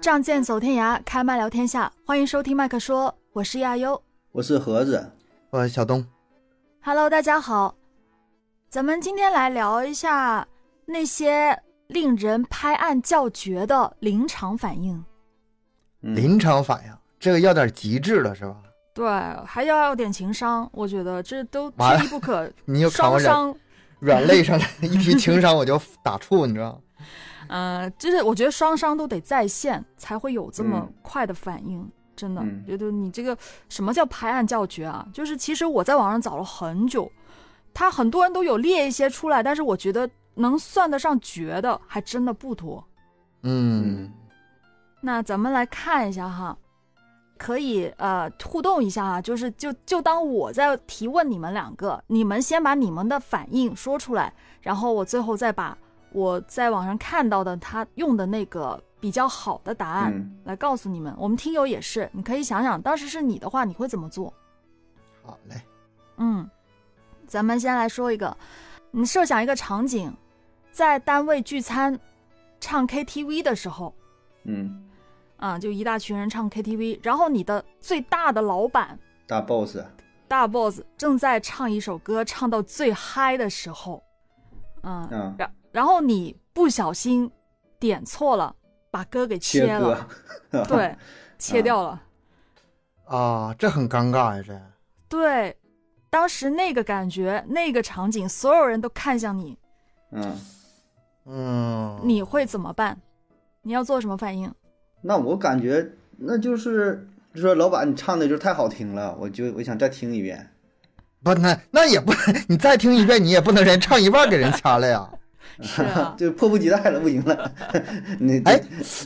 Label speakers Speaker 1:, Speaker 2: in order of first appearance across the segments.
Speaker 1: 仗剑走天涯，开麦聊天下，欢迎收听麦克说，我是亚优。
Speaker 2: 我是盒子，
Speaker 3: 呃，小东，
Speaker 1: Hello，大家好，咱们今天来聊一下那些令人拍案叫绝的临场反应。
Speaker 2: 嗯
Speaker 3: 临场反应，这个要点极致了是吧？
Speaker 1: 对，还要有点情商，我觉觉得这都
Speaker 3: 完了
Speaker 1: 缺一不可，
Speaker 3: 你又看我
Speaker 1: 双
Speaker 3: 软
Speaker 1: 商。
Speaker 3: 软肋上来， 一提情商我就打怵，你知道吗？
Speaker 1: 嗯、就是我觉得双商都得在线才会有这么
Speaker 2: 嗯
Speaker 1: 快的反应，真的，
Speaker 2: 嗯
Speaker 1: 觉得你这个什么叫拍案叫绝啊？就是其实我在网上找了很久，他很多人都有列一些出来，但是我觉得能算得上绝的还真的不多。
Speaker 3: 嗯，
Speaker 1: 那咱们来看一下哈，可以呃互动一下啊，就是就就当我在提问你们两个，你们先把你们的反应说出来，然后我最后再把我在网上看到的他用的那个比较好的答案
Speaker 2: 嗯
Speaker 1: 来告诉你们。我们听友也是，你可以想想，当时是你的话，你会怎么做？
Speaker 3: 好嘞，
Speaker 1: 嗯，咱们先来说一个，你设想一个场景，在单位聚餐、唱 KTV 的时候，
Speaker 2: 嗯，
Speaker 1: 啊，就一大群人唱 KTV，然后你的最大的老板
Speaker 2: 大 boss，啊
Speaker 1: 大 boss 正在唱一首歌，唱到最嗨的时候，嗯，
Speaker 2: 嗯
Speaker 1: 然然后你不小心点错了，把歌给
Speaker 2: 切
Speaker 1: 了，
Speaker 2: 割，
Speaker 1: 对，切掉了，
Speaker 3: 啊，这很尴尬呀，这
Speaker 1: 对，当时那个感觉，那个场景，所有人都看向你，
Speaker 2: 嗯，
Speaker 3: 嗯，
Speaker 1: 你会怎么办？你要做什么反应？
Speaker 2: 那我感觉那就是就说老板你唱的就是太好听了，我就我想再听一遍，，
Speaker 3: 不那那也不， 你再听一遍，你也不能人唱一半给人掐 了呀。
Speaker 1: 是啊
Speaker 2: 就迫不及待了，不行了， 你
Speaker 3: 哎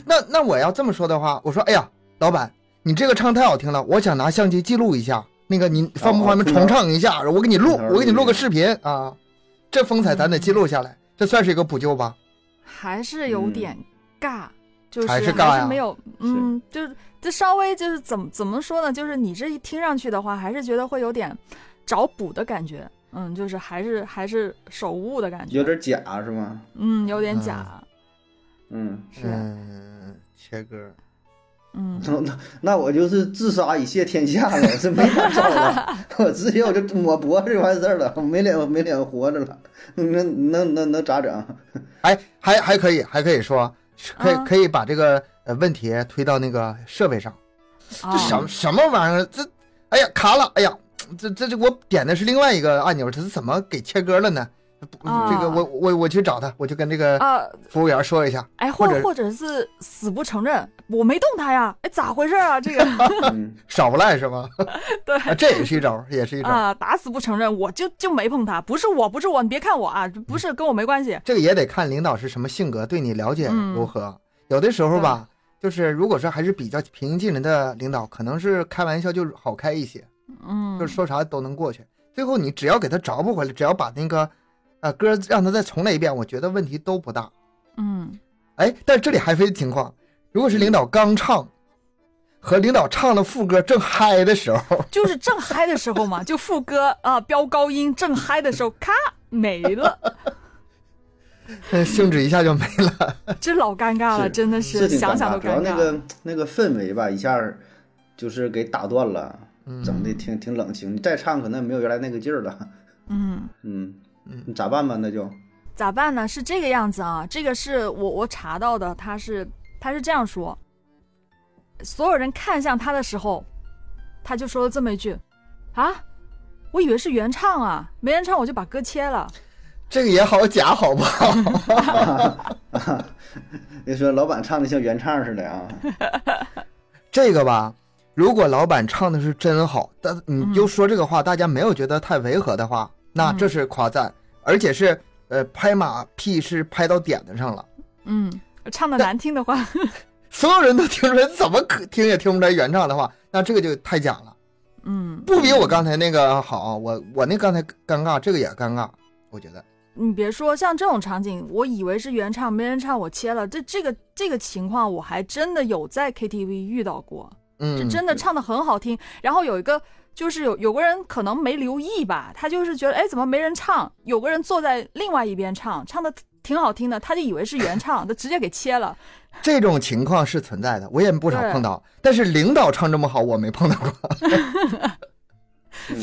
Speaker 3: 那那我要这么说的话，我说，哎呀，老板，你这个唱太好听了，我想拿相机记录一下，那个您方不方便
Speaker 2: 哦哦
Speaker 3: 重唱一下？我给你录
Speaker 2: 从头，
Speaker 3: 我给你
Speaker 2: 录
Speaker 3: 录个
Speaker 2: 一遍
Speaker 3: 视频啊，这风采咱得记录下来，这算是一个补救吧？
Speaker 1: 还是有点尬，就是
Speaker 3: 嗯还
Speaker 1: 还
Speaker 3: 是尬呀
Speaker 1: 没有，嗯，就是这稍微就是怎么怎么说呢？就是你这一听上去的话，还是觉得会有点找补的感觉，嗯，就是还是还是手误的感觉，
Speaker 2: 有点假是吗？
Speaker 1: 嗯，有点假，
Speaker 2: 嗯，
Speaker 1: 是，啊
Speaker 3: 嗯，切歌。
Speaker 1: 嗯，
Speaker 2: 那那那我就是自杀以谢天下了，我是没法找了，我直接我就抹脖子就完事儿了，我没脸我没脸活着了， 那那那那咋整？
Speaker 3: 哎，还还可以，还可以说，可以、
Speaker 1: 嗯
Speaker 3: 可以把这个呃问题推到那个设备上。
Speaker 1: 啊
Speaker 3: 这什么什么玩意儿？这哎呀卡了！哎呀，这这这我点的是另外一个按钮，这是怎么给切歌了呢？不，
Speaker 1: 啊
Speaker 3: 这个我我我去找他，我就跟这个
Speaker 1: 啊，
Speaker 3: 服务员说一下。
Speaker 1: 哎，或
Speaker 3: 或者
Speaker 1: 或者是死不承认，我没动他呀，哎，咋回事啊？这个
Speaker 2: 嗯
Speaker 3: 少不赖是吗？
Speaker 1: 对
Speaker 3: 啊，这也是一招，也是一招。
Speaker 1: 啊，打死不承认，我就就没碰他，不是我，不是我，你别看我啊，
Speaker 3: 嗯
Speaker 1: 不是跟我没关系，
Speaker 3: 这个也得看领导是什么性格，对你了解
Speaker 1: 嗯
Speaker 3: 如何。有的时候吧，就是如果说还是比较平易近人的领导，可能是开玩笑就好开一些。
Speaker 1: 嗯，
Speaker 3: 就是说啥都能过去。最后你只要给他找补回来，只要把那个呃歌让他再重来一遍，我觉得问题都不大。
Speaker 1: 嗯。
Speaker 3: 哎，但是这里还分情况，如果是领导刚唱和领导唱了副歌正嗨的时候，
Speaker 1: 就是正嗨的时候嘛，就副歌啊飙高音，正嗨的时候咔没了，
Speaker 3: 嗯兴致一下就没了。
Speaker 1: 这老尴尬了，
Speaker 2: 是
Speaker 1: 真的
Speaker 2: 是挺
Speaker 1: 想想
Speaker 2: 尬
Speaker 1: 都
Speaker 2: 主要
Speaker 1: 尴
Speaker 2: 那
Speaker 1: 尬。
Speaker 2: 个那个氛围吧，一下儿就是给打断了，
Speaker 3: 嗯
Speaker 2: 整的挺挺冷清。你再唱可能没有原来那个劲儿了，
Speaker 1: 嗯，
Speaker 2: 嗯
Speaker 3: 嗯，
Speaker 2: 你咋办吧？那就
Speaker 1: 咋办呢？是这个样子啊，这个是我我查到的，他是他是这样说，所有人看向他的时候，他就说了这么一句：“啊，我以为是原唱啊，没人唱我就把歌切了。
Speaker 3: 这个也好假，好不好？
Speaker 2: 别说老板唱的像原唱似的啊，
Speaker 3: 这个吧，如果老板唱的是真好，但你就说这个话，大家没有觉得太违和的话，那这是夸赞，而且是呃拍马屁是拍到点子上了。”
Speaker 1: 嗯，唱的难听的话，
Speaker 3: 所有人都听出来，怎么可听也听不出来原唱的话，那这个就太假了，
Speaker 1: 嗯，
Speaker 3: 不比我刚才那个好。我我那刚才尴尬，这个也尴尬，我觉得
Speaker 1: 你别说，像这种场景，我以为是原唱，没人唱，我切了。这这个这个情况，我还真的有在 KTV 遇到过，
Speaker 3: 嗯，
Speaker 1: 这真的唱的很好听。然后有一个就是有有个人可能没留意吧，他就是觉得哎怎么没人唱，有个人坐在另外一边唱，唱的挺好听的，他就以为是原唱，他直接给切了。
Speaker 3: 这种情况是存在的，我也不少碰到。但是领导唱这么好，我没碰到过。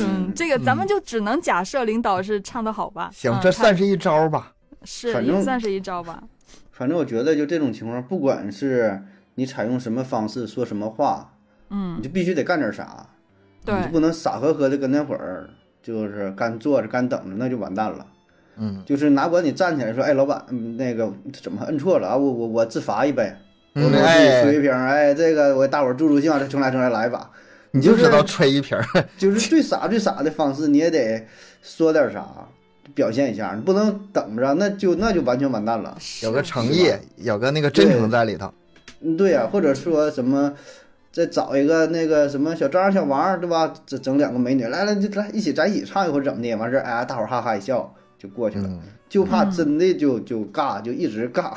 Speaker 1: 嗯，这个咱们就只能假设领导是唱的好吧？
Speaker 3: 行
Speaker 1: 嗯，
Speaker 3: 这
Speaker 1: 他
Speaker 3: 算是一招吧。
Speaker 1: 是
Speaker 2: 反
Speaker 1: 也
Speaker 2: 正
Speaker 1: 算是一招吧。
Speaker 2: 反正我觉得就这种情况，不管是你采用什么方式说什么话，
Speaker 1: 嗯
Speaker 2: 你，就必须得干点啥，
Speaker 1: 对
Speaker 2: 你就，不能傻呵呵的跟那会儿就是干坐着干等着，那就完蛋了。
Speaker 3: 嗯，
Speaker 2: 就是哪管你站起来说，哎，老板，嗯那个怎么摁错了啊？我我我自罚一杯，我
Speaker 3: 嗯
Speaker 2: 我自己
Speaker 3: 哎
Speaker 2: 吹一瓶，哎，这个我大伙儿助助兴，啊这重来重来来一把。
Speaker 3: 你就知道吹一瓶儿。
Speaker 2: 就是最傻最傻的方式，你也得说点啥，表现一下，你不能等着，那就那就完全完蛋了。
Speaker 1: 是
Speaker 3: 有个诚意，有个那个真诚在里头。
Speaker 2: 嗯，对呀、或者说什么，再找一个那个什么小张、小王，对吧？整整两个美女来来就来一起咱一起唱一会儿，怎么的？完事儿，哎呀，大伙儿哈哈一笑就过去了。
Speaker 3: 嗯，
Speaker 2: 就怕真的就就尬，就一直尬，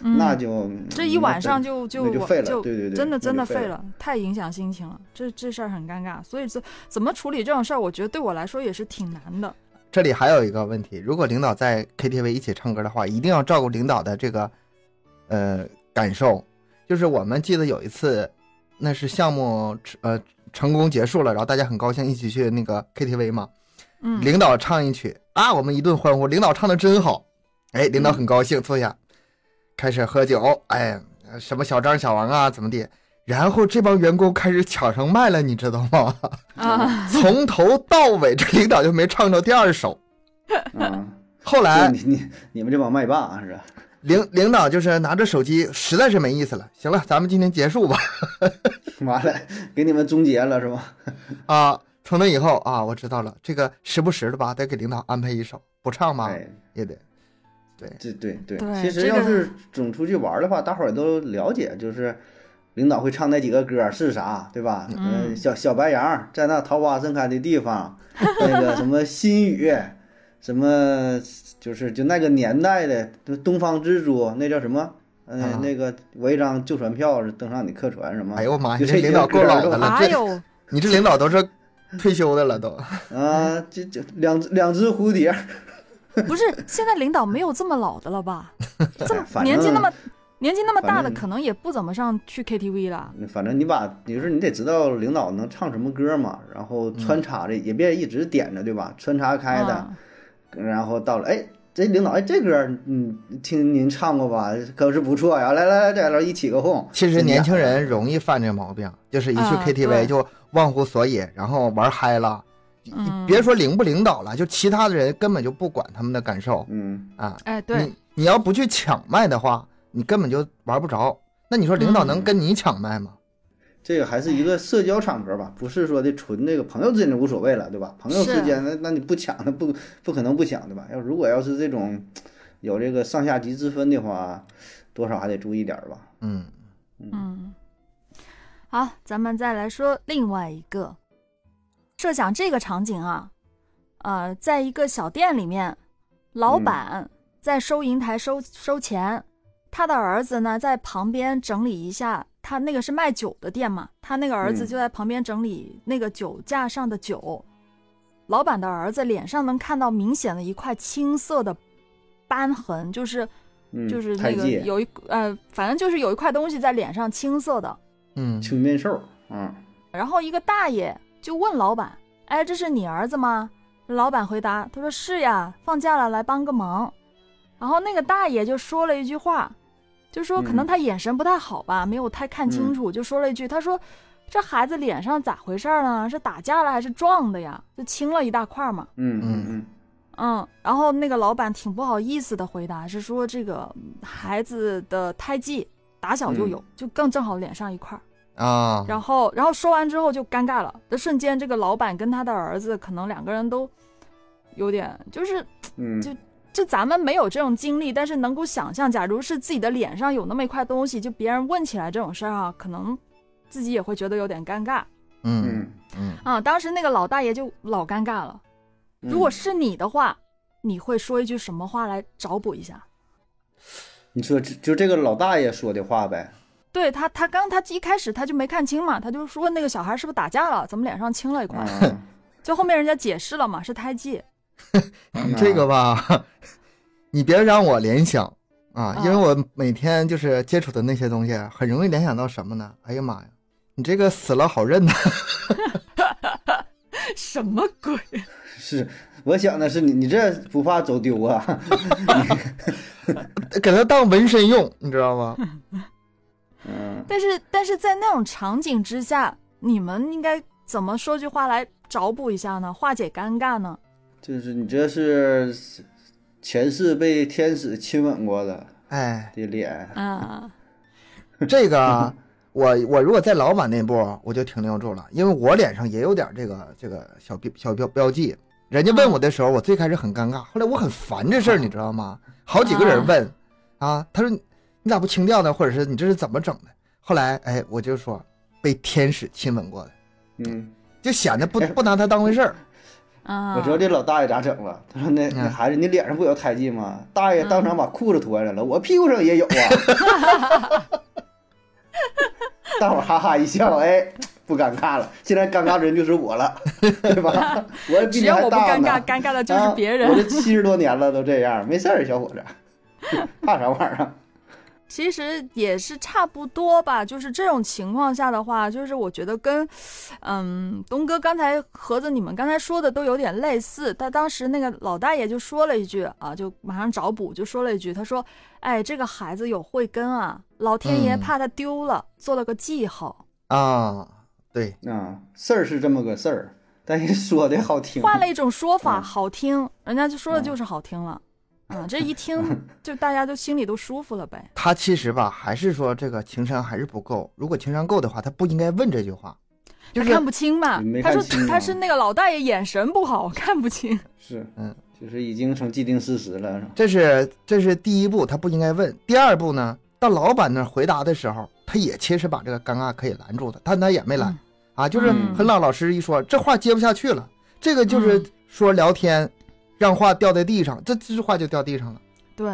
Speaker 1: 嗯
Speaker 2: 那就
Speaker 1: 这一晚上就
Speaker 2: 那就
Speaker 1: 我
Speaker 2: 废了，
Speaker 1: 就
Speaker 2: 对对对，
Speaker 1: 真的真
Speaker 2: 那
Speaker 1: 的
Speaker 2: 就
Speaker 1: 废
Speaker 2: 了。
Speaker 1: 了，太影响心情了。这这事儿很尴尬，所以这怎么处理这种事儿，我觉得对我来说也是挺难 的。
Speaker 3: 这里还有一个问题，如果领导在 KTV 一起唱歌的话，一定要照顾领导的这个呃感受。就是我们记得有一次，那是项目呃成功结束了，然后大家很高兴一起去那个 KTV 嘛。
Speaker 1: 嗯，
Speaker 3: 领导唱一曲啊，我们一顿欢呼，领导唱的真好，哎，领导很高兴，坐下，开始喝酒，哎，什么小张、小王啊，怎么的？然后这帮员工开始抢上麦了，你知道吗？
Speaker 2: 嗯
Speaker 1: 啊，
Speaker 3: 从头到尾，这领导就没唱着第二首。
Speaker 2: 啊，
Speaker 3: 后
Speaker 2: 就
Speaker 3: 来
Speaker 2: 你你你们这帮麦霸啊是吧？
Speaker 3: 领领导就是拿着手机，实在是没意思了，行了，咱们今天结束吧。
Speaker 2: 完了，给你们终结了是吧？
Speaker 3: 啊，从那以后啊，我知道了，这个时不时的吧，得给领导安排一首，不唱嘛
Speaker 2: 哎，
Speaker 3: 也得。
Speaker 2: 这对对
Speaker 1: 对
Speaker 2: 其实
Speaker 1: 这
Speaker 2: 要
Speaker 1: 个
Speaker 2: 是总出去玩的话，大伙儿也都了解，就是领导会唱哪几个歌是啥，对吧？呃
Speaker 1: 嗯
Speaker 2: 小小白杨在那桃花盛开的地 方，那个什么心雨，什么就是就那个年代的就东方之珠，那叫什么？嗯、
Speaker 3: 啊
Speaker 2: 那个我一张旧船票是登上你客船什么？
Speaker 3: 哎呦我妈呀，
Speaker 2: 就
Speaker 3: 你
Speaker 2: 这
Speaker 3: 这领导够老的了，
Speaker 1: 哎
Speaker 3: 这
Speaker 1: 呦，
Speaker 3: 你这领导都是退休的了 都。
Speaker 1: 嗯
Speaker 2: 啊，这这两只两只蝴蝶，
Speaker 1: 不是，现在领导没有这么老的了吧？ 这么
Speaker 2: 哎反正
Speaker 1: 年纪那么年纪那么大
Speaker 2: 反
Speaker 1: 的，
Speaker 2: 正
Speaker 1: 可能也不怎么上去 KTV 了。
Speaker 2: 反正你把，你说你得知道领导能唱什么歌嘛，然后穿插着，也别一直点着，对吧？穿插开的，
Speaker 1: 嗯
Speaker 2: 然后到了，哎，这领导，哎，这歌儿，嗯，听您唱过吧，可是不错呀，来来来，这来一起个哄。
Speaker 3: 其实
Speaker 2: 真
Speaker 3: 年
Speaker 2: 假
Speaker 3: 轻人容易犯这毛病，就是一去
Speaker 1: 啊
Speaker 3: KTV
Speaker 1: 对
Speaker 3: 就忘乎所以，然后玩嗨了。
Speaker 1: 嗯
Speaker 3: 别说领不领导了，就其他的人根本就不管他们的感受
Speaker 2: 嗯，
Speaker 3: 啊。
Speaker 1: 哎，对
Speaker 3: 你，你要不去抢麦的话，你根本就玩不着。那你说领导
Speaker 1: 嗯
Speaker 3: 能跟你抢麦吗？
Speaker 2: 这个还是一个社交场合吧，不是说的纯那个朋友之间就无所谓了，对吧？朋友
Speaker 1: 是
Speaker 2: 之间，那那你不抢，那不不可能不抢，对吧？要如果要是这种有这个上下级之分的话，多少还得注意点儿吧。
Speaker 3: 嗯，
Speaker 1: 嗯，好，咱们再来说另外一个，设想这个场景啊，呃，在一个小店里面，老
Speaker 2: 嗯
Speaker 1: 板在收银台收收钱，他的儿子呢在旁边整理一下，他那个是卖酒的店嘛，他那个儿子
Speaker 2: 嗯
Speaker 1: 就在旁边整理那个酒架上的酒，老板的儿子脸上能看到明显的一块青色的斑痕，就是
Speaker 2: 嗯，
Speaker 1: 就是那
Speaker 2: 太
Speaker 1: 个
Speaker 2: 极、
Speaker 1: 有一呃，反正就是有一块东西在脸上青色的。
Speaker 3: 嗯，
Speaker 2: 青面兽，嗯，
Speaker 1: 然后一个大爷就问老板：“哎，这是你儿子吗？”老板回答：“他说是呀，放假了来帮个忙。”然后那个大爷就说了一句话，就说可能
Speaker 2: 嗯
Speaker 1: 他眼神不太好吧，没有太看清楚，就说了一句：“他说这孩子脸上咋回事儿呢？是打架了还是撞的呀？就青了一大块儿嘛。”
Speaker 2: 嗯
Speaker 3: 嗯
Speaker 2: 嗯嗯，
Speaker 1: 嗯，然后那个老板挺不好意思的回答是说，这个嗯孩子的胎记打小就有，就更正好脸上一块儿。
Speaker 3: 啊，
Speaker 1: 然后，然后说完之后就尴尬了，那瞬间这个老板跟他的儿子可能两个人都有点，就是
Speaker 2: 嗯，
Speaker 1: 就就咱们没有这种经历，但是能够想象，假如是自己的脸上有那么一块东西，就别人问起来这种事儿啊，可能自己也会觉得有点尴尬
Speaker 3: 嗯
Speaker 2: 嗯，
Speaker 3: 嗯，
Speaker 1: 啊。当时那个老大爷就老尴尬了。如
Speaker 2: 嗯
Speaker 1: 果是你的话，你会说一句什么话来找补一下？
Speaker 2: 你说就就这个老大爷说的话呗，
Speaker 1: 对他，他刚他一开始他就没看清嘛，他就说那个小孩是不是打架了，怎么脸上青了一块
Speaker 2: 啊？，
Speaker 1: 就后面人家解释了嘛，是胎记。
Speaker 2: 嗯
Speaker 3: 这个吧， 你别让我联想啊，因为
Speaker 1: 啊
Speaker 3: 我每天就是接触的那些东西，很容易联想到什么呢？哎呀妈呀，你这个死了好认呐！
Speaker 1: 什么鬼？
Speaker 2: 是， 我想的是你，你这不怕走丢啊？
Speaker 3: 给它当纹身用，你知 道吗？
Speaker 2: 嗯，
Speaker 1: 但是但是在那种场景之下，你们应该怎么说句话来找补一下呢？化解尴尬呢？
Speaker 2: 就是你这是前世被天使亲吻过的
Speaker 3: 哎，
Speaker 2: 的脸，嗯
Speaker 1: 啊，
Speaker 3: 这个啊我我如果在老板那步，我就停留住了，因为我脸上也有点这个这个小标小标标记。人家问我的时候，我最开始很尴尬，后来我很烦这事儿，你知道吗？好几个人问，啊，他说你咋不清掉呢？或者是你这是怎么整的？后来哎，我就说被天使亲吻过的，
Speaker 2: 嗯，
Speaker 3: 就显得不不拿他当回事儿。
Speaker 1: 啊，
Speaker 2: 我知道这老大爷咋整了。他说那那
Speaker 3: 嗯
Speaker 2: 孩子，你脸上不有胎记吗？大爷
Speaker 1: 嗯
Speaker 2: 当场把裤子脱下来了，我屁股上也有啊。 大伙儿哈哈一笑，哎，不尴尬了。现在尴尬的人就是 我了，对吧？我比
Speaker 1: 只
Speaker 2: 你
Speaker 1: 要
Speaker 2: 还
Speaker 1: 我不
Speaker 2: 大
Speaker 1: 尴
Speaker 2: 呢。
Speaker 1: 尬，尴尬的就是别
Speaker 2: 啊、
Speaker 1: 人。
Speaker 2: 我这七十多年了都这样，没事儿，小伙子，怕啥玩意儿啊？
Speaker 1: 其实也是差不多吧，就是这种情况下的话，就是我觉得跟，嗯，东哥刚才合着你们刚才说的都有点类似。他当时那个老大爷就说了一句啊，就马上找补，就说了一句，他说：“哎，这个孩子有慧根啊，老天爷
Speaker 3: 嗯
Speaker 1: 怕他丢了，做了个记号。”
Speaker 3: 啊，对，
Speaker 2: 啊，事儿是这么个事儿，但是说的好听，
Speaker 1: 换了一种说法，
Speaker 2: 嗯
Speaker 1: 好听，人家就说的就是好听了。啊， 这一听就大家就心里都舒服了呗。
Speaker 3: 他其实吧，还是说这个情商还是不够。如果情商够的话，他不应该问这句话，就
Speaker 1: 他
Speaker 3: 是
Speaker 1: 看不清嘛
Speaker 2: 没，
Speaker 1: 他
Speaker 2: 看
Speaker 1: 说
Speaker 2: 清
Speaker 1: 他
Speaker 2: 啊
Speaker 1: 是那个老大爷眼神不好，看不清。
Speaker 2: 是，
Speaker 3: 嗯，
Speaker 2: 就是已经成既定事实了，是吧？
Speaker 3: 这是这是第一步，他不应该问。第二步呢，到老板那儿回答的时候，他也其实把这个尴尬可以拦住的，但他也没拦、
Speaker 1: 嗯
Speaker 3: 啊，就是
Speaker 1: 嗯
Speaker 3: 很老老实实一说，这话接不下去了。这个就是
Speaker 1: 嗯
Speaker 3: 说聊天，让话掉在地
Speaker 2: 嗯
Speaker 3: 上，这这句话就掉地上了。
Speaker 1: 对，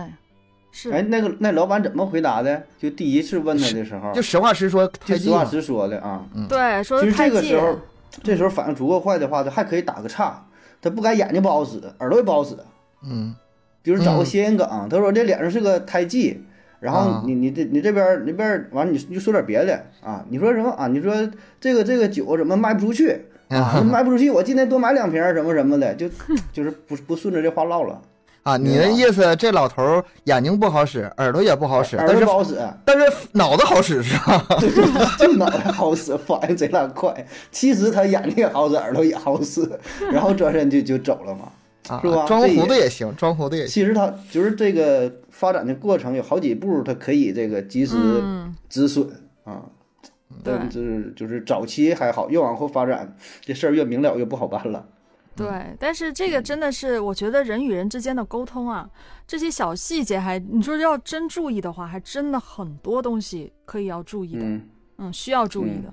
Speaker 1: 是，
Speaker 2: 哎，那个那老板怎么回答的？就第一次问他的时候，
Speaker 3: 就实话实说，
Speaker 2: 就
Speaker 3: 太
Speaker 2: 实
Speaker 3: 近
Speaker 2: 啊话
Speaker 3: 了。
Speaker 2: 实说的啊。
Speaker 1: 对，说
Speaker 2: 其
Speaker 1: 的
Speaker 2: 实
Speaker 1: 太
Speaker 2: 这个
Speaker 1: 近
Speaker 2: 时。候，这时候反应足够快的话，他还可以打个岔，他不该眼睛不好使，耳朵也不好使。
Speaker 3: 嗯，
Speaker 2: 比如找个
Speaker 3: 嗯
Speaker 2: 谐音梗，他说这脸上是个胎记，然后
Speaker 3: 啊
Speaker 2: 你你这你这边儿那边儿完了你你就说点别的啊，你说什么啊？你说这个这个酒怎么卖不出去啊？ 卖不出去，我今天多买两瓶儿什么什么的，就就是不不顺着这话唠了，嗯
Speaker 3: 啊，你的意思，这老头儿眼睛不好使，耳朵也不好使，
Speaker 2: 耳
Speaker 3: 但
Speaker 2: 朵
Speaker 3: 是
Speaker 2: 不好使，
Speaker 3: 但是脑子好使是吧？
Speaker 2: 对，就脑袋好使，反应贼拉快。其实他眼睛也好使，耳朵也好使，
Speaker 1: 嗯
Speaker 2: 然后转身就就走了嘛。
Speaker 3: 啊，
Speaker 2: 是吧
Speaker 3: 装
Speaker 2: 这也
Speaker 3: 糊涂也行，装糊涂也行。
Speaker 2: 其实他就是这个发展的过程有好几步，他可以这个及时
Speaker 1: 嗯，
Speaker 2: 止损啊。
Speaker 1: 对
Speaker 2: 但就是就是早期还好，越往后发展，这事儿越明了越不好办了。
Speaker 1: 对，
Speaker 2: 嗯
Speaker 1: 但是这个真的是，我觉得人与人之间的沟通啊，这些小细节还，你说要真注意的话，还真的很多东西可以要注意的，嗯
Speaker 2: 嗯，
Speaker 1: 需要注意的。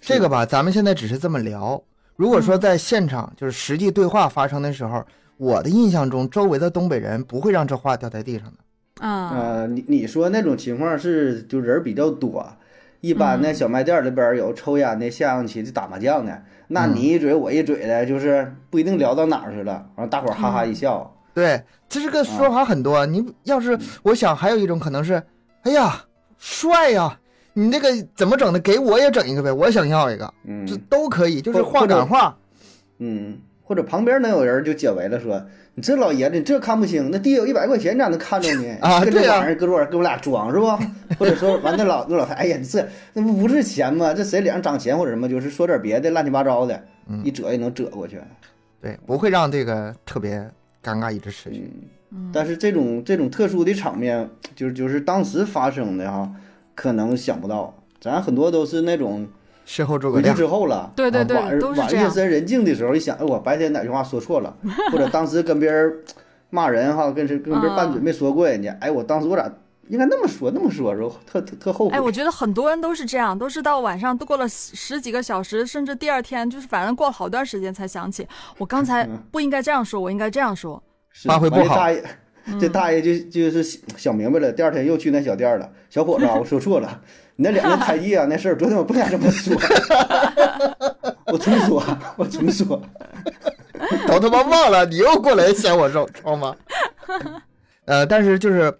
Speaker 3: 这个吧，咱们现在只是这么聊。如果
Speaker 2: 嗯
Speaker 3: 说在现场，就是实际对话发生的时候，我的印象中，周围的东北人不会让这话掉在地上的。
Speaker 1: 啊，
Speaker 2: 呃，你你说那种情况是就人比较多，一般呢小卖店里边有抽烟的、下象棋的、打麻将
Speaker 3: 嗯
Speaker 2: 的，那你一嘴我一嘴的，就是不一定聊到哪儿去了，完了大伙儿哈哈一笑，
Speaker 3: 对，这是个说法很多。
Speaker 2: 哦
Speaker 3: 你要是
Speaker 2: 嗯
Speaker 3: 我想，还有一种可能是，哎呀，帅呀，你这个怎么整的？给我也整一个呗，我想要一个，
Speaker 2: 嗯
Speaker 3: 这都可以，就是话
Speaker 2: 或者
Speaker 3: 赶话。
Speaker 2: 嗯，或者旁边能有人就解围了，说你这老爷子你这看不清，那地有一百块钱咋能看着呢？
Speaker 3: 啊
Speaker 2: 跟这
Speaker 3: 对啊
Speaker 2: 玩意儿搁这玩意儿跟我俩装是 不？或者说完那老那老太，哎呀，你这那不不是钱吗？这谁脸上长钱或者什么，就是说点别的乱七八糟的，
Speaker 3: 嗯
Speaker 2: 一折也能折过去。
Speaker 3: 对，不会让这个特别尴尬一直持续。
Speaker 1: 嗯
Speaker 2: 但是这种这种特殊的场面，就是就是当时发生的哈，可能想不到，咱很多都是那种
Speaker 3: 事后诸葛
Speaker 2: 回去
Speaker 3: 亮，
Speaker 2: 之后了，
Speaker 1: 对对
Speaker 2: 啊
Speaker 1: 对
Speaker 2: 晚
Speaker 1: 都是
Speaker 2: 晚
Speaker 1: 这
Speaker 2: 夜
Speaker 1: 样
Speaker 2: 深人静的时候，一想，哎，我白天哪句话说错 了，或者当时跟别人骂人哈，跟谁跟别人拌嘴
Speaker 1: 嗯
Speaker 2: 没说过人家，哎，我当时我咋应该那么说那么说，然后特特特后悔。
Speaker 1: 哎，我觉得很多人都是这样，都是到晚上都过了十十几个小时，甚至第二天，就是反正过了好段时间才想起，我刚才
Speaker 2: 嗯
Speaker 1: 不应该这样说，我应该这样说。
Speaker 2: 是
Speaker 3: 发挥不
Speaker 2: 完这
Speaker 3: 好
Speaker 2: 大爷，
Speaker 1: 嗯
Speaker 2: 这大爷就就是想明白了，第二天又去那小店了。小伙子啊，我说错了，你那脸上胎记啊，那事儿昨天我不该这么说， 我重说，我重说。
Speaker 3: 都他妈忘了，你又过来嫌我肉，知道吗？呃，但是就是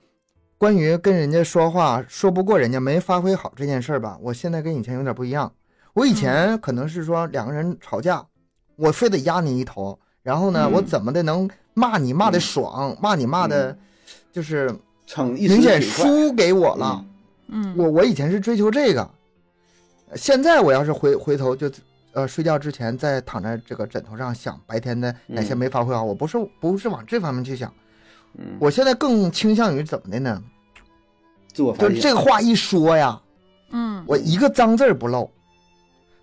Speaker 3: 关于跟人家说话说不过人家没发挥好这件事儿吧，我现在跟以前有点不一样。我以
Speaker 2: 嗯
Speaker 3: 前可能是说两个人吵架，我非得压你一头，然后呢，
Speaker 2: 嗯
Speaker 3: 我怎么的能骂你骂的
Speaker 2: 嗯
Speaker 3: 爽，骂你骂的，就是
Speaker 2: 逞一时
Speaker 3: 明显
Speaker 2: 爽快。
Speaker 3: 输给我了。
Speaker 2: 嗯
Speaker 1: 嗯，
Speaker 3: 我我以前是追求这个，呃现在我要是回回头就，呃，睡觉之前再躺在这个枕头上想白天的哪些
Speaker 2: 嗯
Speaker 3: 没发挥好，我不是不是往这方面去想，
Speaker 2: 嗯，
Speaker 3: 我现在更倾向于怎么的呢？
Speaker 2: 自我啊
Speaker 3: 就
Speaker 2: 反
Speaker 3: 是
Speaker 2: 省。
Speaker 3: 这话一说呀，
Speaker 1: 嗯
Speaker 3: 我一个脏字儿不漏，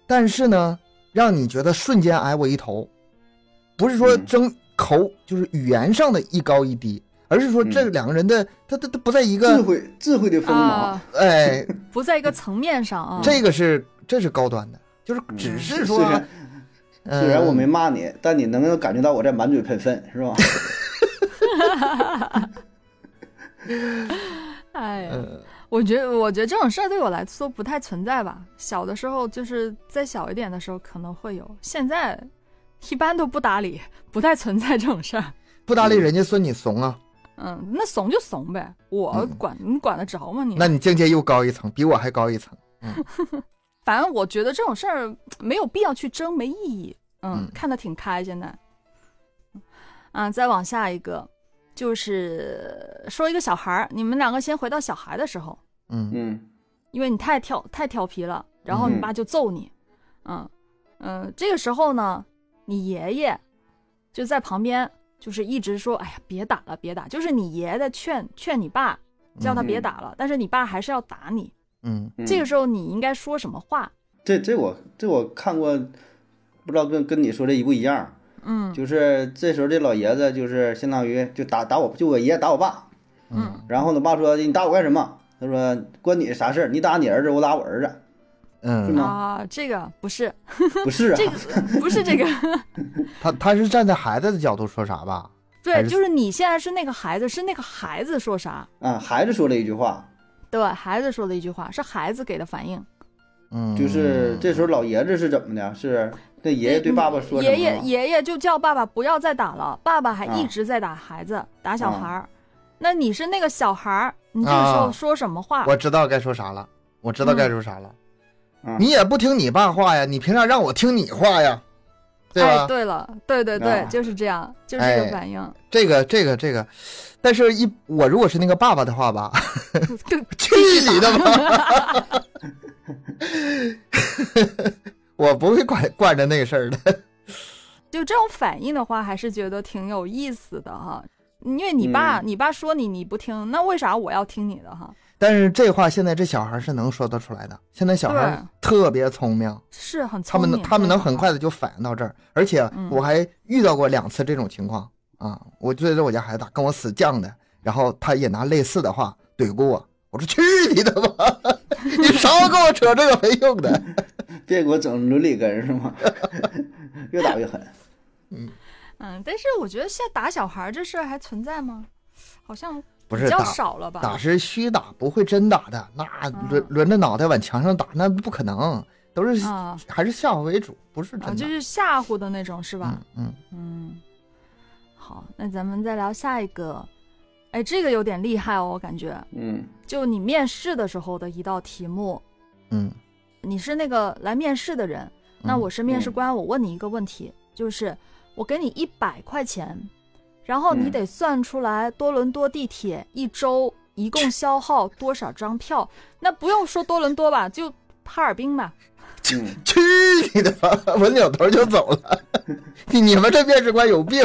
Speaker 3: 但是呢，让你觉得瞬间挨我一头，不是说
Speaker 2: 嗯
Speaker 3: 争口，就是语言上的一高一低，而是说这
Speaker 2: 嗯
Speaker 3: 两个人的他他他不在一
Speaker 2: 智
Speaker 3: 个
Speaker 2: 慧智慧的锋芒
Speaker 1: 啊，，
Speaker 3: 哎，
Speaker 1: 不在一个层面上啊。
Speaker 3: 这个是这是高端的，就是
Speaker 2: 嗯
Speaker 3: 只
Speaker 2: 虽
Speaker 3: 是说。
Speaker 2: 然
Speaker 3: 嗯
Speaker 2: 虽然我没骂你，但你能够感觉到我在满嘴喷粪，是吧？
Speaker 1: 哎呀，
Speaker 3: 呃，
Speaker 1: 我觉得，我觉得这种事儿对我来说不太存在吧。小的时候就是再小一点的时候可能会有，现在一般都不搭理，不太存在这种事儿。
Speaker 3: 不搭理人家说你怂啊，
Speaker 1: 嗯，那怂就怂呗，我
Speaker 3: 嗯
Speaker 1: 管、你管得着吗你？
Speaker 3: 那你境界又高一层，比我还高一层。
Speaker 1: 反正我觉得这种事儿没有必要去争，没意义。嗯，
Speaker 3: 嗯
Speaker 1: 看得挺开，现在。啊，再往下一个，就是说一个小孩儿，你们两个先回到小孩的时候，
Speaker 3: 嗯，
Speaker 2: 嗯
Speaker 1: 因为你太调太调皮了，然后你
Speaker 2: 嗯
Speaker 1: 爸就揍你，嗯嗯、这个时候呢，你爷爷就在旁边，就是一直说，哎呀，别打了，别打，就是你爷爷在劝劝你爸，叫他别
Speaker 2: 嗯
Speaker 1: 打了，但是你爸还是要打你。
Speaker 3: 嗯，
Speaker 2: 嗯，
Speaker 1: 这个时候你应该说什么话？
Speaker 2: 这这我这我看过，不知道跟跟你说这一不一样。
Speaker 1: 嗯
Speaker 2: 就是这时候这老爷子就是相当于就打打我，就我爷爷打我爸，
Speaker 1: 嗯
Speaker 2: 然后呢，爸说你打我干什么？他说关你啥事儿？你打你儿子，我打我儿子， 是
Speaker 3: 嗯，
Speaker 2: 吗
Speaker 1: 啊，这个不是
Speaker 2: 不是啊？
Speaker 1: 这个不是这个，
Speaker 3: 嗯他他是站在孩子的角度说啥吧？还
Speaker 1: 对，
Speaker 3: 是
Speaker 1: 就是你现在是那个孩子，是那个孩子说啥？
Speaker 2: 啊，孩子说了一句话，
Speaker 1: 对，孩子说的一句话，是孩子给的反应。
Speaker 3: 嗯，
Speaker 2: 就是这时候老爷子是怎么的？是那爷爷对爸爸说什么？
Speaker 1: 爷爷爷爷就叫爸爸不要再打了，爸爸还
Speaker 2: 啊
Speaker 1: 一直在打孩子，打小孩儿。那你是那个小孩儿，你这个时
Speaker 3: 啊
Speaker 1: 候说什么话？
Speaker 3: 我知道该说啥了，我知道该说啥了。
Speaker 2: 嗯
Speaker 3: 你也不听你爸话呀，你凭啥让我听你话呀？对吧？
Speaker 1: 哎，对了，对对对，
Speaker 2: 啊
Speaker 1: 就是这样，就是这
Speaker 3: 哎
Speaker 1: 个反应。
Speaker 3: 这个这个这个，但是一我如果是那个爸爸的 话吧，
Speaker 1: 对
Speaker 3: 去你的吧！我不会管惯着那个事儿的。
Speaker 1: 就这种反应的话，还是觉得挺有意思的哈。因为你
Speaker 3: 嗯
Speaker 1: 爸，你爸说你你不听，那为啥我要听你的哈？
Speaker 3: 但是这话现在这小孩儿是能说得出来的，现在小孩儿
Speaker 1: 对
Speaker 3: 特别聪明，
Speaker 1: 是很
Speaker 3: 他
Speaker 1: 聪
Speaker 3: 们
Speaker 1: 明
Speaker 3: 能，他们能
Speaker 1: 对
Speaker 3: 很快的就反应到这儿，而且
Speaker 1: 嗯
Speaker 3: 我还遇到过两次这种情况啊，我对着我家孩子打，跟我死犟的，然后他也拿类似的话怼过我，我说去你的吧， 你少跟我扯这个没用的，
Speaker 2: 别给我整伦理根是吗？ 越打越狠。
Speaker 1: 嗯，但是我觉得现在打小孩儿这事儿还存在吗？好像
Speaker 3: 不
Speaker 1: 比
Speaker 3: 是
Speaker 1: 较
Speaker 3: 打
Speaker 1: 少了吧？嗯
Speaker 3: 打是虚打，不会真打的，那轮轮着脑袋往墙上打那不可能，都是
Speaker 1: 啊
Speaker 3: 还是吓唬为主，不是
Speaker 1: 啊，
Speaker 3: 真
Speaker 1: 就
Speaker 3: 的，
Speaker 1: 是吓唬的那种是吧
Speaker 3: 嗯？嗯
Speaker 1: 嗯，好，那咱们再聊下一个。哎，这个有点厉害哦，我感觉。
Speaker 2: 嗯
Speaker 1: 就你面试的时候的一道题目，
Speaker 3: 嗯，
Speaker 1: 你是那个来面试的人，那
Speaker 3: 嗯
Speaker 1: 我是面试
Speaker 2: 嗯
Speaker 1: 官，我问你一个问题，就是我给你一百块钱，然后你
Speaker 2: 嗯
Speaker 1: 得算出来多伦多地铁一周一共消耗多少张票。那不用说多伦多吧，就哈尔滨吧。
Speaker 2: 嗯，
Speaker 3: 去你的吧！ 我扭头就走了。 你你们这面试官有病！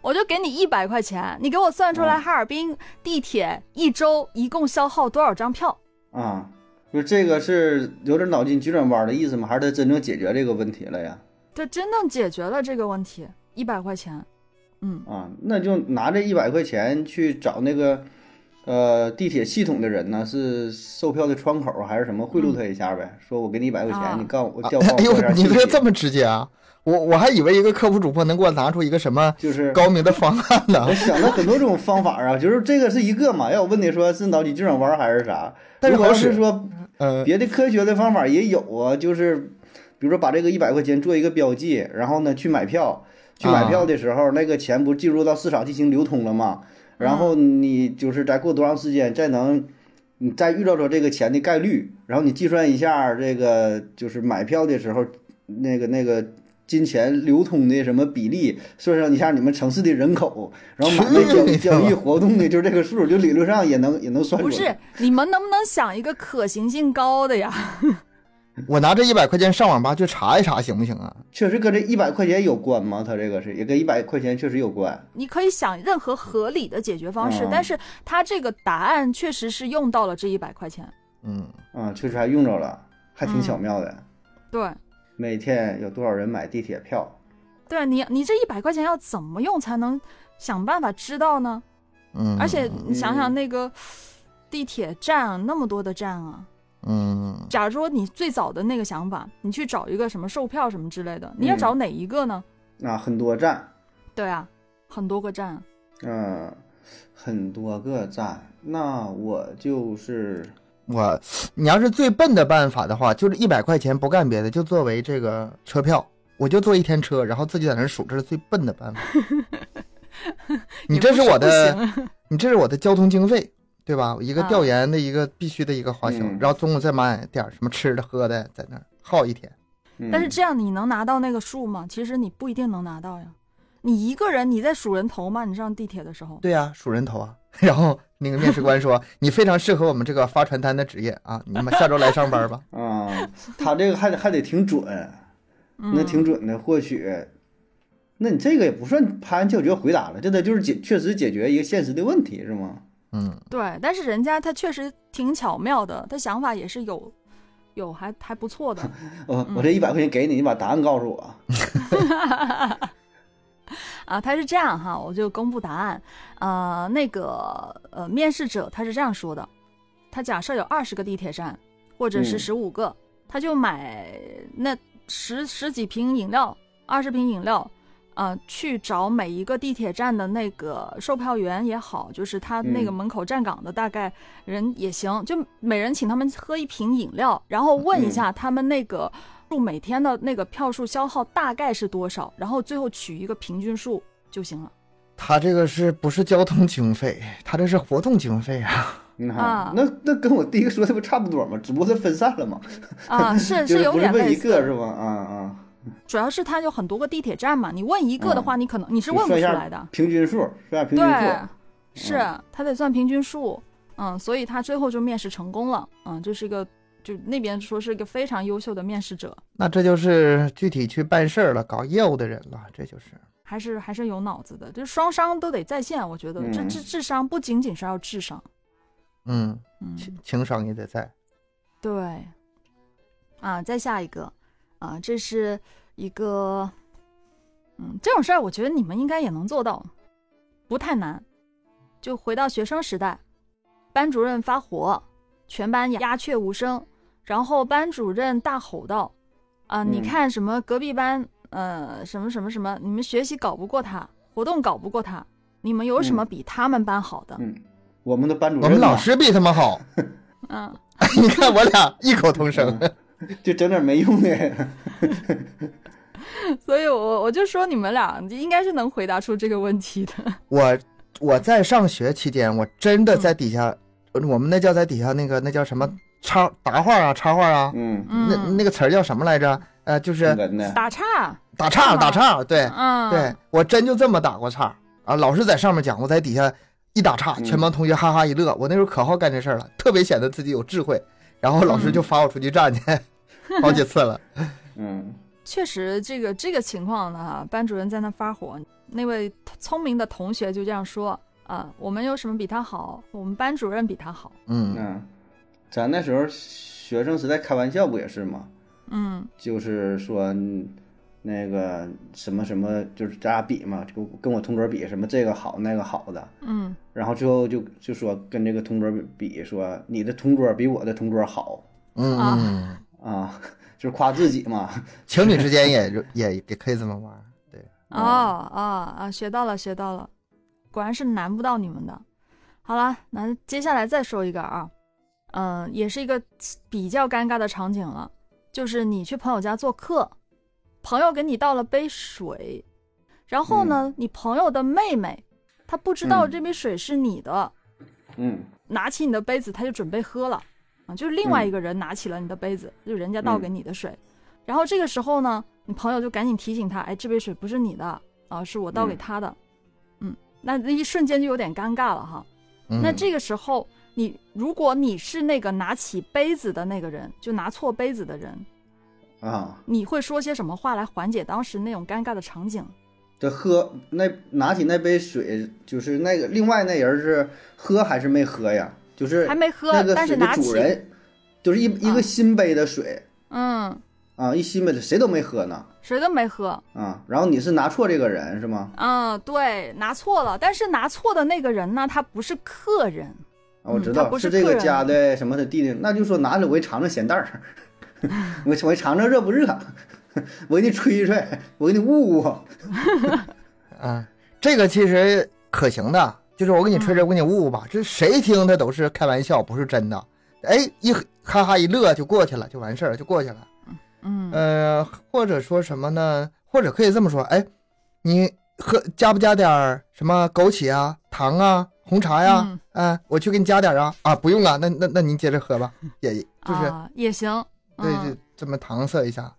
Speaker 1: 我就给你一百块钱，你给我算出来
Speaker 2: 嗯
Speaker 1: 哈尔滨地铁一周一共消耗多少张票？
Speaker 2: 啊，就这个是有点脑筋急转弯的意思吗？还是他真正解决这个问题了呀？
Speaker 1: 这真正解决了这个问题，一百块钱，嗯，
Speaker 2: 啊，那就拿这一百块钱去找那个呃地铁系统的人呢，是售票的窗口还是什么贿赂他一下呗？说我给你一百块钱，
Speaker 1: 啊
Speaker 2: 你告诉我调报
Speaker 3: 嗯哎呦
Speaker 2: 我，
Speaker 3: 你这个这么直接啊！我我还以为一个科普主播能给我拿出一个什么
Speaker 2: 就是。
Speaker 3: 高明的方案呢
Speaker 2: 我，想了很多种方法啊，就是这个是一个嘛。要我问你说是脑筋急转弯还是啥？
Speaker 3: 但是
Speaker 2: 如果
Speaker 3: 好
Speaker 2: 要
Speaker 3: 使
Speaker 2: 是说
Speaker 3: 嗯
Speaker 2: 别的科学的方法也有啊，就是比如说把这个一百块钱做一个标
Speaker 1: 啊
Speaker 2: 记，然后呢去买票，去买票的时候、那个钱不进入到市场进行流通了吗？然后你就是再过多长时间再能，你再遇到着这个钱的概率，然后你计算一下这个就是买票的时候那个那个金钱流通的什么比例，算上一下你们城市的人口，然后买卖交易交易活动的就是这个数，就理论上也能也能算出
Speaker 1: 啊不
Speaker 2: 来。
Speaker 1: 是，你们能不能想一个可行性高的呀？
Speaker 3: 我拿这一百块钱上网吧去查一查，行不行啊？
Speaker 2: 确实跟这一百块钱有关吗？它这个是也跟一百块钱确实有关。
Speaker 1: 你可以想任何合理的解决方式，
Speaker 2: 嗯
Speaker 1: 但是他这个答案确实是用到了这一百块钱。
Speaker 3: 嗯，
Speaker 2: 啊，确实还用着了，还挺
Speaker 1: 嗯
Speaker 2: 巧妙的。
Speaker 1: 对，
Speaker 2: 每天有多少人买地铁票？
Speaker 1: 对你，你这一百块钱要怎么用才能想办法知道呢？
Speaker 3: 嗯，
Speaker 1: 而且你想想那个地铁站啊，那么多的站啊，
Speaker 3: 嗯，
Speaker 1: 假如说你最早的那个想法，你去找一个什么售票什么之类的，你要找哪一个呢？
Speaker 2: 啊，很多站，
Speaker 1: 对啊，很多个站啊，
Speaker 2: 嗯、很多个站。那我就是
Speaker 3: 我你要是最笨的办法的话，就是一百块钱不干别的，就作为这个车票，我就坐一天车，然后自己在那儿数，这是最笨 的办法。你
Speaker 1: 也
Speaker 3: 这
Speaker 1: 不
Speaker 3: 是我
Speaker 1: 不
Speaker 3: 的，
Speaker 1: 行
Speaker 3: 你这是我的交通经费，对吧？一个
Speaker 1: 啊
Speaker 3: 调研的一个必须的一个花销，
Speaker 2: 嗯
Speaker 3: 然后中午再买点儿什么吃的喝的，在那儿耗一天。
Speaker 2: 嗯、
Speaker 1: 但是这样你能拿到那个数吗？其实你不一定能拿到呀。你一个人你在数人头吗？你上地铁的时候，
Speaker 3: 对呀、数人头啊。 然后那个面试官说：“你非常适合我们这个发传单的职业啊，你们下周来上班吧。
Speaker 2: 啊、他这个还得还得挺准，那
Speaker 1: 嗯
Speaker 2: 挺准的。或许，那你这个也不算拍案叫绝回答了，这个就是解确实解决一个现实的问题，是吗？”
Speaker 3: 嗯，
Speaker 1: 对，但是人家他确实挺巧妙的，他想法也是有有还还不错的。
Speaker 2: 我哦我这一百块钱给你，你把答案告诉我。
Speaker 1: 啊，他是这样哈，我就公布答案。呃，那个呃，面试者他是这样说的：他假设有二十个地铁站，或者是
Speaker 2: 嗯
Speaker 1: 十五个，他就买那十十几瓶饮料，二十瓶饮料，呃，去找每一个地铁站的那个售票员也好，就是他那个
Speaker 2: 嗯
Speaker 1: 门口站岗的大概人也行，就每人请他们喝一瓶饮料，然后问一下
Speaker 2: 嗯
Speaker 1: 他们那个。数每天的那个票数消耗大概是多少，然后最后取一个平均数就行了。
Speaker 3: 他这个是不是交通经费？他这是活动经费啊。
Speaker 2: 你看，
Speaker 1: 啊
Speaker 2: 嗯那那跟我第一个说的不差不多吗？只不过它分散了嘛，
Speaker 1: 啊，是
Speaker 2: 就是
Speaker 1: 有
Speaker 2: 不是
Speaker 1: 点
Speaker 2: 问
Speaker 1: 类
Speaker 2: 一
Speaker 1: 似
Speaker 2: 个
Speaker 1: 的，
Speaker 2: 是吧？啊啊，
Speaker 1: 主要是它有很多个地铁站嘛，你问一个的话，你可能你是
Speaker 2: 就
Speaker 1: 问不
Speaker 2: 算
Speaker 1: 出
Speaker 2: 嗯一下
Speaker 1: 来的，
Speaker 2: 平均数，算下平均
Speaker 1: 对
Speaker 2: 数，，
Speaker 1: 是
Speaker 2: 嗯
Speaker 1: 它得算平均数，嗯，所以他最后就面试成功了，嗯，这是一个就那边说是一个非常优秀的面试者，
Speaker 3: 那这就是具体去办事儿了，搞业务的人了，这就是。
Speaker 1: 还是还是有脑子的，这双商都得在线，我觉得这
Speaker 2: 嗯
Speaker 1: 这智商不仅仅是要智商，
Speaker 3: 嗯，
Speaker 1: 嗯，
Speaker 3: 情情商也得在。
Speaker 1: 对，啊，再下一个，啊，这是一个，嗯，这种事儿我觉得你们应该也能做到，不太难。就回到学生时代，班主任发火，全班鸦雀无声，然后班主任大吼道：“啊，你
Speaker 2: 嗯
Speaker 1: 看什么隔壁班，呃，什么什么什么，你们学习搞不过他，活动搞不过他，你们有什么
Speaker 2: 嗯
Speaker 1: 比他们班好的？”
Speaker 2: 嗯，我们的班主任
Speaker 3: 我们
Speaker 2: 呐
Speaker 3: 老师比他们好，
Speaker 1: 嗯
Speaker 3: 你看我俩异口同声。
Speaker 2: 就整点没用的，
Speaker 1: 嗯 所以我我就说你们俩应该是能回答出这个问题的。
Speaker 3: 我我在上学期间，我真的在底下，我们那叫在底下那个那叫什么插答话啊，插话啊，
Speaker 2: 嗯，
Speaker 3: 那
Speaker 1: 嗯，
Speaker 3: 那个词儿叫什么来着？呃，就是
Speaker 2: 文的，
Speaker 1: 打岔，
Speaker 3: 打岔，
Speaker 1: 是吗
Speaker 3: 打岔，对
Speaker 1: 嗯，
Speaker 3: 对，我真就这么打过岔啊！老师在上面讲，我在底下一打岔，
Speaker 2: 嗯
Speaker 3: 全班同学哈哈一乐。我那时候可好干这事儿了，特别显得自己有智慧。然后老师就罚我出去站去， 好几次了。
Speaker 2: 嗯
Speaker 1: 确实这个这个情况呢，哈，班主任在那发火，那位聪明的同学就这样说啊，我们有什么比他好？我们班主任比他好，
Speaker 3: 嗯
Speaker 2: 嗯，咱那时候学生时代开玩笑不也是吗？
Speaker 1: 嗯
Speaker 2: 就是说嗯那个什么什么，就是咱俩比嘛，就跟我同桌比什么这个好那个好的，
Speaker 1: 嗯，
Speaker 2: 然后最后就就说跟这个同桌比，说你的同桌比我的同桌好
Speaker 3: 嗯
Speaker 1: 啊
Speaker 3: 嗯，
Speaker 2: 啊， 就是夸自己嘛，
Speaker 3: 情侣之间也也也可以这么玩。对，
Speaker 1: 哦啊啊，学到了学到了，果然是难不到你们的。好了，那接下来再说一个啊，嗯，也是一个比较尴尬的场景了，就是你去朋友家做客，朋友给你倒了杯水，然后呢，你朋友的妹妹他不知道
Speaker 2: 嗯
Speaker 1: 这杯水是你的，
Speaker 2: 嗯
Speaker 1: 拿起你的杯子，他就准备喝了，啊，就是另外一个人拿起了你的杯子，就人家倒给你的水，然后这个时候呢，你朋友就赶紧提醒他，哎，这杯水不是你的啊，是我倒给
Speaker 2: 嗯
Speaker 1: 他的，嗯那一瞬间就有点尴尬了哈。
Speaker 3: 嗯
Speaker 1: 那这个时候，你如果你是那个拿起杯子的那个人，就拿错杯子的人，
Speaker 2: 啊，
Speaker 1: 你会说些什么话来缓解当时那种尴尬的场景？
Speaker 2: 这喝那拿起那杯水，就是那个另外那人是喝还是没喝呀？就是
Speaker 1: 还没喝，
Speaker 2: 那个
Speaker 1: 但
Speaker 2: 水
Speaker 1: 是
Speaker 2: 的
Speaker 1: 拿
Speaker 2: 主
Speaker 1: 起，
Speaker 2: 人，就是一一
Speaker 1: 啊
Speaker 2: 个新杯的水
Speaker 1: 嗯，
Speaker 2: 啊，一新杯的谁都没喝呢
Speaker 1: 谁都没喝，
Speaker 2: 啊。然后你是拿错这个人是吗？
Speaker 1: 嗯，对，拿错了，但是拿错的那个人呢，他不是客人，
Speaker 2: 啊，我
Speaker 1: 嗯
Speaker 2: 知
Speaker 1: 他
Speaker 2: 道、
Speaker 1: 不
Speaker 2: 是
Speaker 1: 是
Speaker 2: 这
Speaker 1: 客
Speaker 2: 个
Speaker 1: 人
Speaker 2: 家的什么的弟弟，那就说拿着我一尝尝咸淡儿， 我我一尝尝热不热， 我给你吹吹，我给你捂捂。
Speaker 3: 嗯，这个其实可行的，就是我给你
Speaker 1: 嗯
Speaker 3: 吹吹，我给你捂捂吧。这谁听他都是开玩笑，不是真的。哎，一哈哈一乐就过去了，就完事儿了，就过去了。
Speaker 1: 嗯
Speaker 3: 呃，或者说什么呢？或者可以这么说，哎，你喝加不加点儿什么枸杞啊、糖啊、红茶呀、
Speaker 1: 嗯嗯
Speaker 3: 嗯、我去给你加点儿啊。啊，不用啊，那那那您接着喝吧，也就是、
Speaker 1: 啊、也行，
Speaker 3: 对，
Speaker 1: 嗯
Speaker 3: 就这么搪塞一下。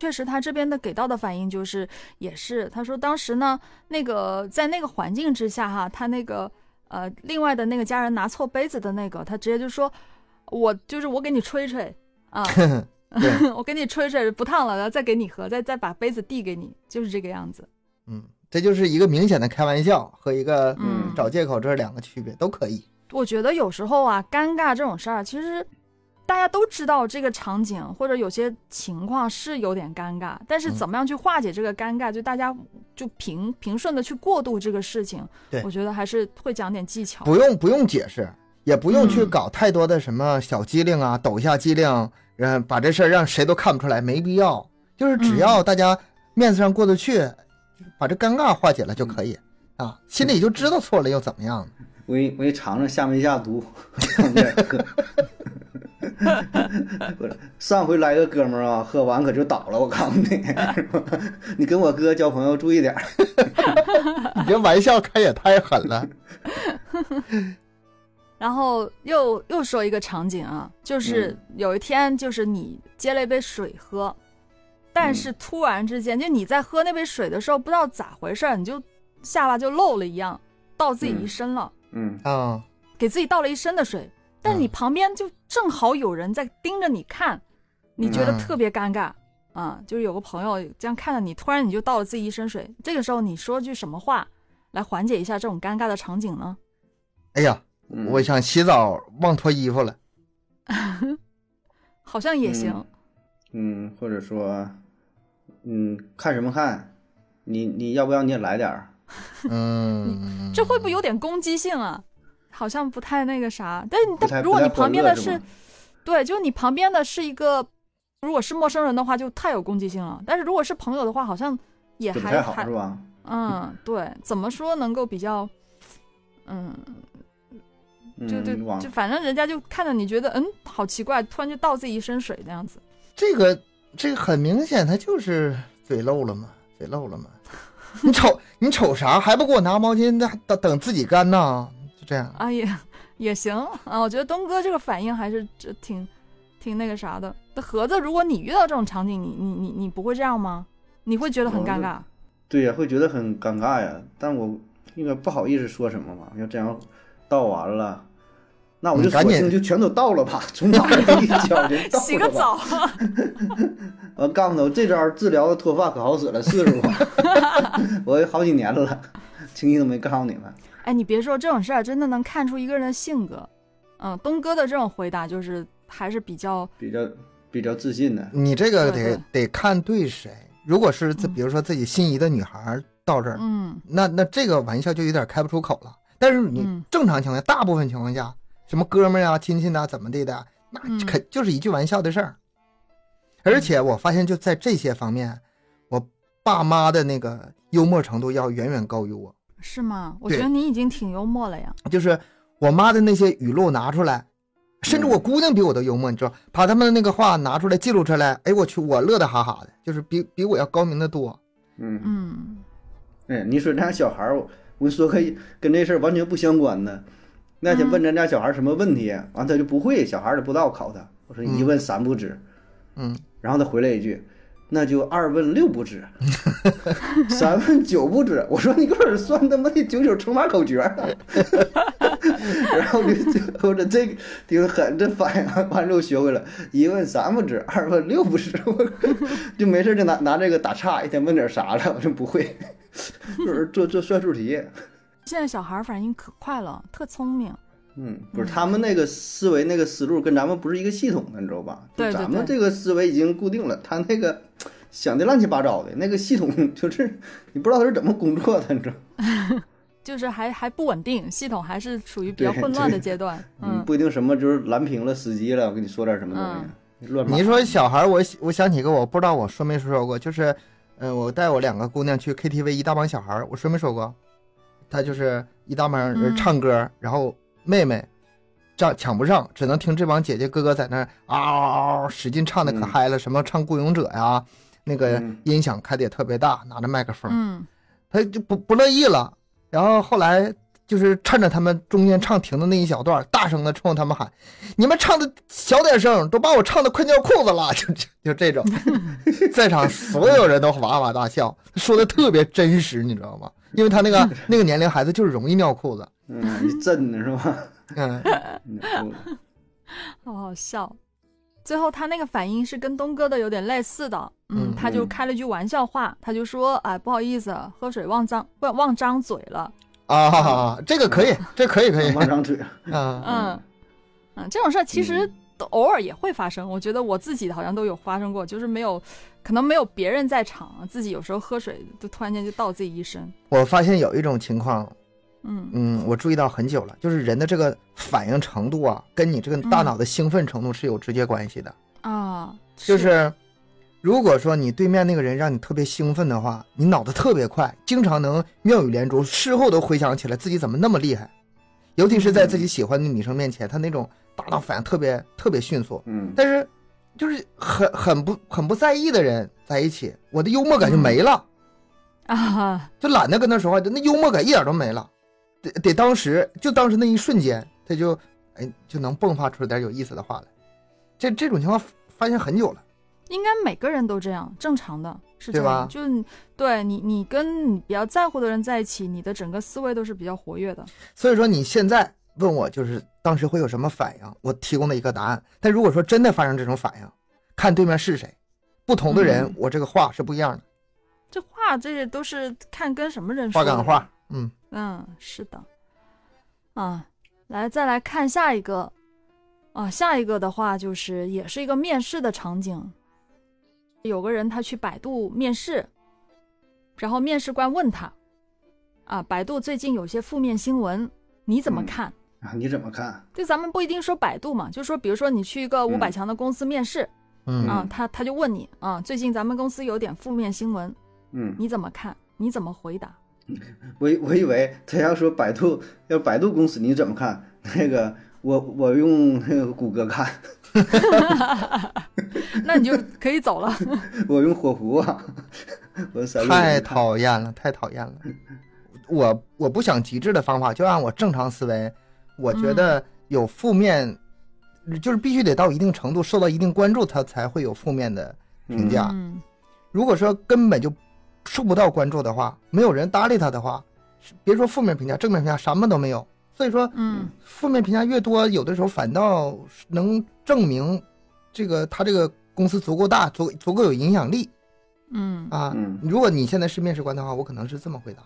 Speaker 1: 确实，他这边的给到的反应就是，也是他说当时呢，那个在那个环境之下哈，他那个呃，另外的那个家人拿错杯子的那个，他直接就说，我就是我给你吹吹啊，
Speaker 3: 对，
Speaker 1: 我给你吹吹，不烫了，然后再给你喝，再再把杯子递给你，就是这个样子。
Speaker 3: 嗯，这就是一个明显的开玩笑和一个
Speaker 1: 嗯
Speaker 3: 找借口，这是两个区别，都可以。
Speaker 1: 我觉得有时候啊，尴尬这种事儿，其实大家都知道这个场景或者有些情况是有点尴尬，但是
Speaker 3: 嗯
Speaker 1: 怎么样去化解这个尴尬，就大家就平平顺的去过渡这个事情，
Speaker 3: 对
Speaker 1: 我觉得还是会讲点技巧。
Speaker 3: 不用不用解释，也不用去
Speaker 1: 嗯
Speaker 3: 搞太多的什么小机灵啊，抖一下机灵，嗯，把这事儿让谁都看不出来，没必要。就是只要大家面子上过得去，把这尴尬化解了就可以啊，心里就知道错了又怎么样呢？
Speaker 2: 我一我一尝尝下没下毒， 我再喝。不是上回来个哥们儿啊，喝完可就倒了，我告诉你， 你跟我哥交朋友注意点儿。
Speaker 3: 你这玩笑开也太狠了，
Speaker 1: 然后又又说一个场景啊，
Speaker 3: 嗯
Speaker 1: 就是有一天就是你接了一杯水喝，但是
Speaker 3: 嗯
Speaker 1: 突然之间就你在喝那杯水的时候，不知道咋回事儿，你就下巴就漏了一样，到自己一
Speaker 2: 嗯
Speaker 1: 身了。
Speaker 2: 嗯
Speaker 3: 啊，
Speaker 1: 给自己倒了一身的水，但你旁边就正好有人在盯着你看，你觉得
Speaker 3: 嗯
Speaker 1: 特别尴尬
Speaker 2: 嗯
Speaker 1: 啊、就是有个朋友这样看着你，突然你就倒了自己一身水，这个时候你说句什么话来缓解一下这种尴尬的场景呢？
Speaker 3: 哎呀，
Speaker 2: 嗯
Speaker 3: 我想洗澡忘脱衣服了，
Speaker 1: 好像也行，
Speaker 2: 嗯，或者说，嗯，看什么看？你你要不要你也来点儿？
Speaker 3: 嗯，
Speaker 1: 这会不会有点攻击性啊？好像不太那个啥，但
Speaker 2: 不
Speaker 1: 但
Speaker 2: 太
Speaker 1: 如果
Speaker 2: 不
Speaker 1: 你
Speaker 2: 太
Speaker 1: 旁
Speaker 2: 欢
Speaker 1: 边
Speaker 2: 乐
Speaker 1: 的
Speaker 2: 是
Speaker 1: 是
Speaker 2: 吗
Speaker 1: 对，就你旁边的是一个，如果是陌生人的话，就太有攻击性了。但是如果是朋友的话，好像也
Speaker 2: 就不
Speaker 1: 还
Speaker 2: 太好
Speaker 1: 还
Speaker 2: 是吧？
Speaker 1: 嗯，对，怎么说能够比较，嗯，就对
Speaker 2: 嗯，往，
Speaker 1: 就反正人家就看着你觉得，嗯，好奇怪，突然就倒自己一身水这样子。
Speaker 3: 这个这个很明显，他就是嘴漏了嘛，嘴漏了嘛。你瞅 你瞅啥？还不给我拿毛巾？那还等等自己干呐？就这样。
Speaker 1: 啊，也也行啊。我觉得东哥这个反应还是这挺挺那个啥的。那盒子，如果你遇到这种场景，你你你你不会这样吗？你会觉得很
Speaker 2: 我
Speaker 1: 尴
Speaker 2: 是
Speaker 1: 尬？
Speaker 2: 对呀，会觉得很尴尬呀。但我那个不好意思说什么嘛，要这样倒完了，那我
Speaker 3: 嗯
Speaker 2: 就
Speaker 3: 赶
Speaker 2: 索
Speaker 3: 紧
Speaker 2: 性就全都倒了吧，从马上一脚就倒
Speaker 1: 洗
Speaker 2: 了
Speaker 1: 个
Speaker 2: 吧。
Speaker 1: 澡
Speaker 2: 我告呃诉你，我这招治疗脱发可好使了，试试吧。我有好几年了，轻易都没告诉你们。
Speaker 1: 哎，你别说这种事儿，真的能看出一个人的性格。嗯，东哥的这种回答就是还是比较
Speaker 2: 比较比较自信的，
Speaker 3: 你这个
Speaker 1: 对
Speaker 3: 得得看对谁。如果是自，
Speaker 1: 嗯
Speaker 3: 比如说自己心仪的女孩儿到这儿，
Speaker 1: 嗯
Speaker 3: 那那这个玩笑就有点开不出口了。但是你
Speaker 1: 嗯
Speaker 3: 正常情况下，大部分情况下，什么哥们儿呀、亲戚呐、怎么地的，那
Speaker 1: 嗯
Speaker 3: 肯就是一句玩笑的事儿。而且我发现，就在这些方面，我爸妈的那个幽默程度要远远高于我。
Speaker 1: 是吗？我
Speaker 3: 对
Speaker 1: 觉得你已经挺幽默了呀。
Speaker 3: 就是我妈的那些语录拿出来，甚至我姑娘比我都幽默，你知道，把他们的那个话拿出来记录出来，哎，我去，我乐得哈哈的，就是比比我要高明的多。
Speaker 2: 嗯，
Speaker 1: 嗯，
Speaker 2: 哎，你说这俩小孩儿，我我说个跟这事儿完全不相关的，那得问咱家小孩儿什么问题，完他就不会，小孩儿也不知道考他。我说一问三不知，
Speaker 3: 嗯，
Speaker 2: 然后他回来一句。那就二问六不知，三问九不知。我说你给我算他妈的九九乘法口诀呢， 然后我就就我说这个挺狠，这反应完之后学会了，一问三不知，二问六不知，我 就没事就拿拿这个打岔，一天问点啥了，我就不会， 就是做做算术题。
Speaker 1: 现在小孩儿反应可快了，特聪明。
Speaker 2: 嗯，不是他们那个思维那个思路跟咱们不是一个系统的，你知道吧？就
Speaker 1: 对对
Speaker 2: 咱们
Speaker 1: 对
Speaker 2: 这个思维已经固定了，他那个想的乱七八糟的，那个系统 就是你不知道他是怎么工作的，你知道？
Speaker 1: 就是还还不稳定，系统还是属于比较
Speaker 2: 对
Speaker 1: 混乱的
Speaker 2: 对
Speaker 1: 阶段。
Speaker 2: 嗯，
Speaker 1: 嗯
Speaker 2: 不一定什么就是蓝屏了死机了，我跟你说点什么东西，你
Speaker 1: 嗯
Speaker 2: 乱码嗯
Speaker 3: 你说小孩儿，我喜我想起一个，我不知道我说没说过，就是，嗯、我带我两个姑娘去 KTV，一大帮小孩儿，我说没说过，他就是一大帮人
Speaker 1: 嗯
Speaker 3: 唱歌，然后妹妹唱抢不上，只能听这帮姐姐哥哥在那儿嗷嗷嗷嗷使劲唱的可
Speaker 2: 嗯
Speaker 3: 嗨了，什么唱《孤勇者》呀，那个
Speaker 2: 嗯
Speaker 3: 音响开的也特别大，拿着麦克风，
Speaker 1: 嗯
Speaker 3: 他就不不乐意了。然后后来就是趁着他们中间唱停的那一小段，大声的冲他们喊：“你们唱的小点声，都把我唱的快尿裤子了！” 就就就这种，在场所有人都哇哇大笑，说的特别真实，你知道吗？因为他那个那个年龄孩子就是容易尿裤子，
Speaker 2: 嗯，一震的是吧？
Speaker 3: 嗯，
Speaker 2: 嗯 我
Speaker 1: 好好笑。最后他那个反应是跟东哥的有点类似的，嗯，
Speaker 3: 嗯
Speaker 1: 他就
Speaker 2: 嗯
Speaker 1: 开了句玩笑话，他就说：“哎，不好意思，喝水忘张忘忘张嘴了。
Speaker 3: 啊，这个可以，这可以可以
Speaker 2: 往张嘴，
Speaker 3: 啊，
Speaker 1: 嗯”嗯，这种事儿其实
Speaker 2: 嗯
Speaker 1: 都偶尔也会发生，我觉得我自己好像都有发生过，就是没有，可能没有别人在场，啊自己有时候喝水就突然间就倒自己一身。
Speaker 3: 我发现有一种情况，
Speaker 1: 嗯
Speaker 3: 嗯，我注意到很久了，就是人的这个反应程度啊，跟你这个大脑的兴奋程度是有直接关系的。
Speaker 1: 啊，
Speaker 3: 就是如果说你对面那个人让你特别兴奋的话，你脑子特别快，经常能妙语连珠，事后都回想起来自己怎么那么厉害，尤其是在自己喜欢的女生面前，他那种大脑反应特别特别迅速。
Speaker 2: 嗯，
Speaker 3: 但是就是很很不很不在意的人在一起，我的幽默感就没了。
Speaker 1: 啊，
Speaker 3: 就懒得跟他说话，那幽默感一点都没了，得得当时就当时那一瞬间，他就哎就能迸发出点有意思的话来。这这种情况发现很久了，
Speaker 1: 应该每个人都这样，正常的，是
Speaker 3: 对
Speaker 1: 这样
Speaker 3: 吧，
Speaker 1: 就是你对你，你跟你比较在乎的人在一起，你的整个思维都是比较活跃的。
Speaker 3: 所以说你现在问我就是当时会有什么反应，我提供的一个答案。但如果说真的发生这种反应，看对面是谁，不同的人，
Speaker 1: 嗯
Speaker 3: 我这个话是不一样的，
Speaker 1: 这话，这个都是看跟什么人说。
Speaker 3: 话赶。话，嗯，
Speaker 1: 嗯，是的。啊，来，再来看下一个。啊，下一个的话就是也是一个面试的场景。有个人他去百度面试，然后面试官问他：“啊，百度最近有些负面新闻，你怎么
Speaker 2: 嗯
Speaker 1: 看？”
Speaker 2: 啊，你怎么看？
Speaker 1: 就咱们不一定说百度嘛，就说比如说你去一个五百
Speaker 2: 嗯
Speaker 1: 强的公司面试、
Speaker 3: 嗯
Speaker 1: 啊，他他就问你啊，最近咱们公司有点负面新闻，
Speaker 2: 嗯，
Speaker 1: 你怎么看？你怎么回答？
Speaker 2: 我以我以为他要说百度要百度公司你怎么看？那个我我用那个谷歌看，
Speaker 1: 那你就可以 走了。
Speaker 2: 我用火狐啊， 我三六零
Speaker 3: 太
Speaker 2: 看
Speaker 3: 讨厌了，太讨厌了。我我不想极致的方法，就按我正常思维，我觉得
Speaker 1: 嗯
Speaker 3: 有负面，就是必须得到一定程度，受到一定关注，它才会有负面的评价。
Speaker 1: 嗯
Speaker 3: 如果说根本就受不到关注的话，没有人搭理他的话，别说负面评价，正面评价什么都没有。所以说，
Speaker 1: 嗯
Speaker 3: 负面评价越多，有的时候反倒能证明这个他这个公司足够大，足足够有影响力。
Speaker 1: 嗯
Speaker 3: 啊，
Speaker 2: 嗯
Speaker 3: 如果你现在是面试官的话，我可能是这么回答，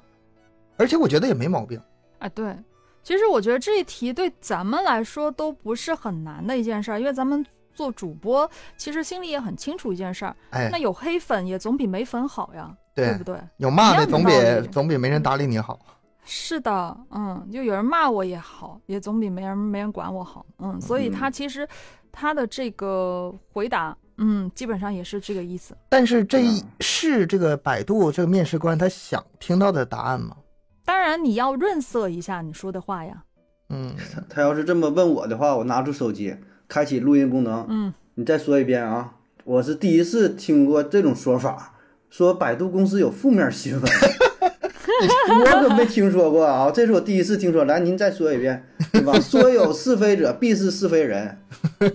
Speaker 3: 而且我觉得也没毛病。
Speaker 1: 啊，对。其实我觉得这一题对咱们来说都不是很难的一件事儿，因为咱们做主播其实心里也很清楚一件事儿，
Speaker 3: 哎
Speaker 1: 那，有黑粉也总比没粉好呀，
Speaker 3: 对
Speaker 1: 不，对？
Speaker 3: 有骂的
Speaker 1: 一样的
Speaker 3: 总比
Speaker 1: 道理
Speaker 3: 总比没人搭理你好。
Speaker 1: 是的，嗯，就有人骂我也好，也总比没人没人管我好，嗯，所以他
Speaker 2: 嗯
Speaker 1: 其实他的这个回答，嗯，基本上也是这个意思，
Speaker 3: 但是这
Speaker 2: 嗯
Speaker 3: 是这个百度这个面试官他想听到的答案吗？
Speaker 1: 当然你要润色一下你说的话呀，
Speaker 3: 嗯，
Speaker 2: 他他要是这么问我的话，我拿出手机开启录音功能，
Speaker 1: 嗯，
Speaker 2: 你再说一遍啊！我是 第一次听过这种说法，说百度公司有负面新闻，我可没听说过啊，这是我第一次听说。来，您再说一遍，对 吧？说有是非者，必是是非人，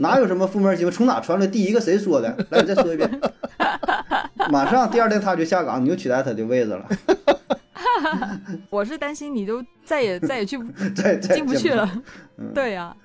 Speaker 2: 哪有什么负面新闻？从哪传来？第一个谁说的？来，你再说 一遍。马上第二天他就下岗，你就取代他的位置了，
Speaker 1: 我是担心你就再也再也去 不
Speaker 2: 再再
Speaker 1: 进不去了。
Speaker 2: 嗯
Speaker 1: 对呀、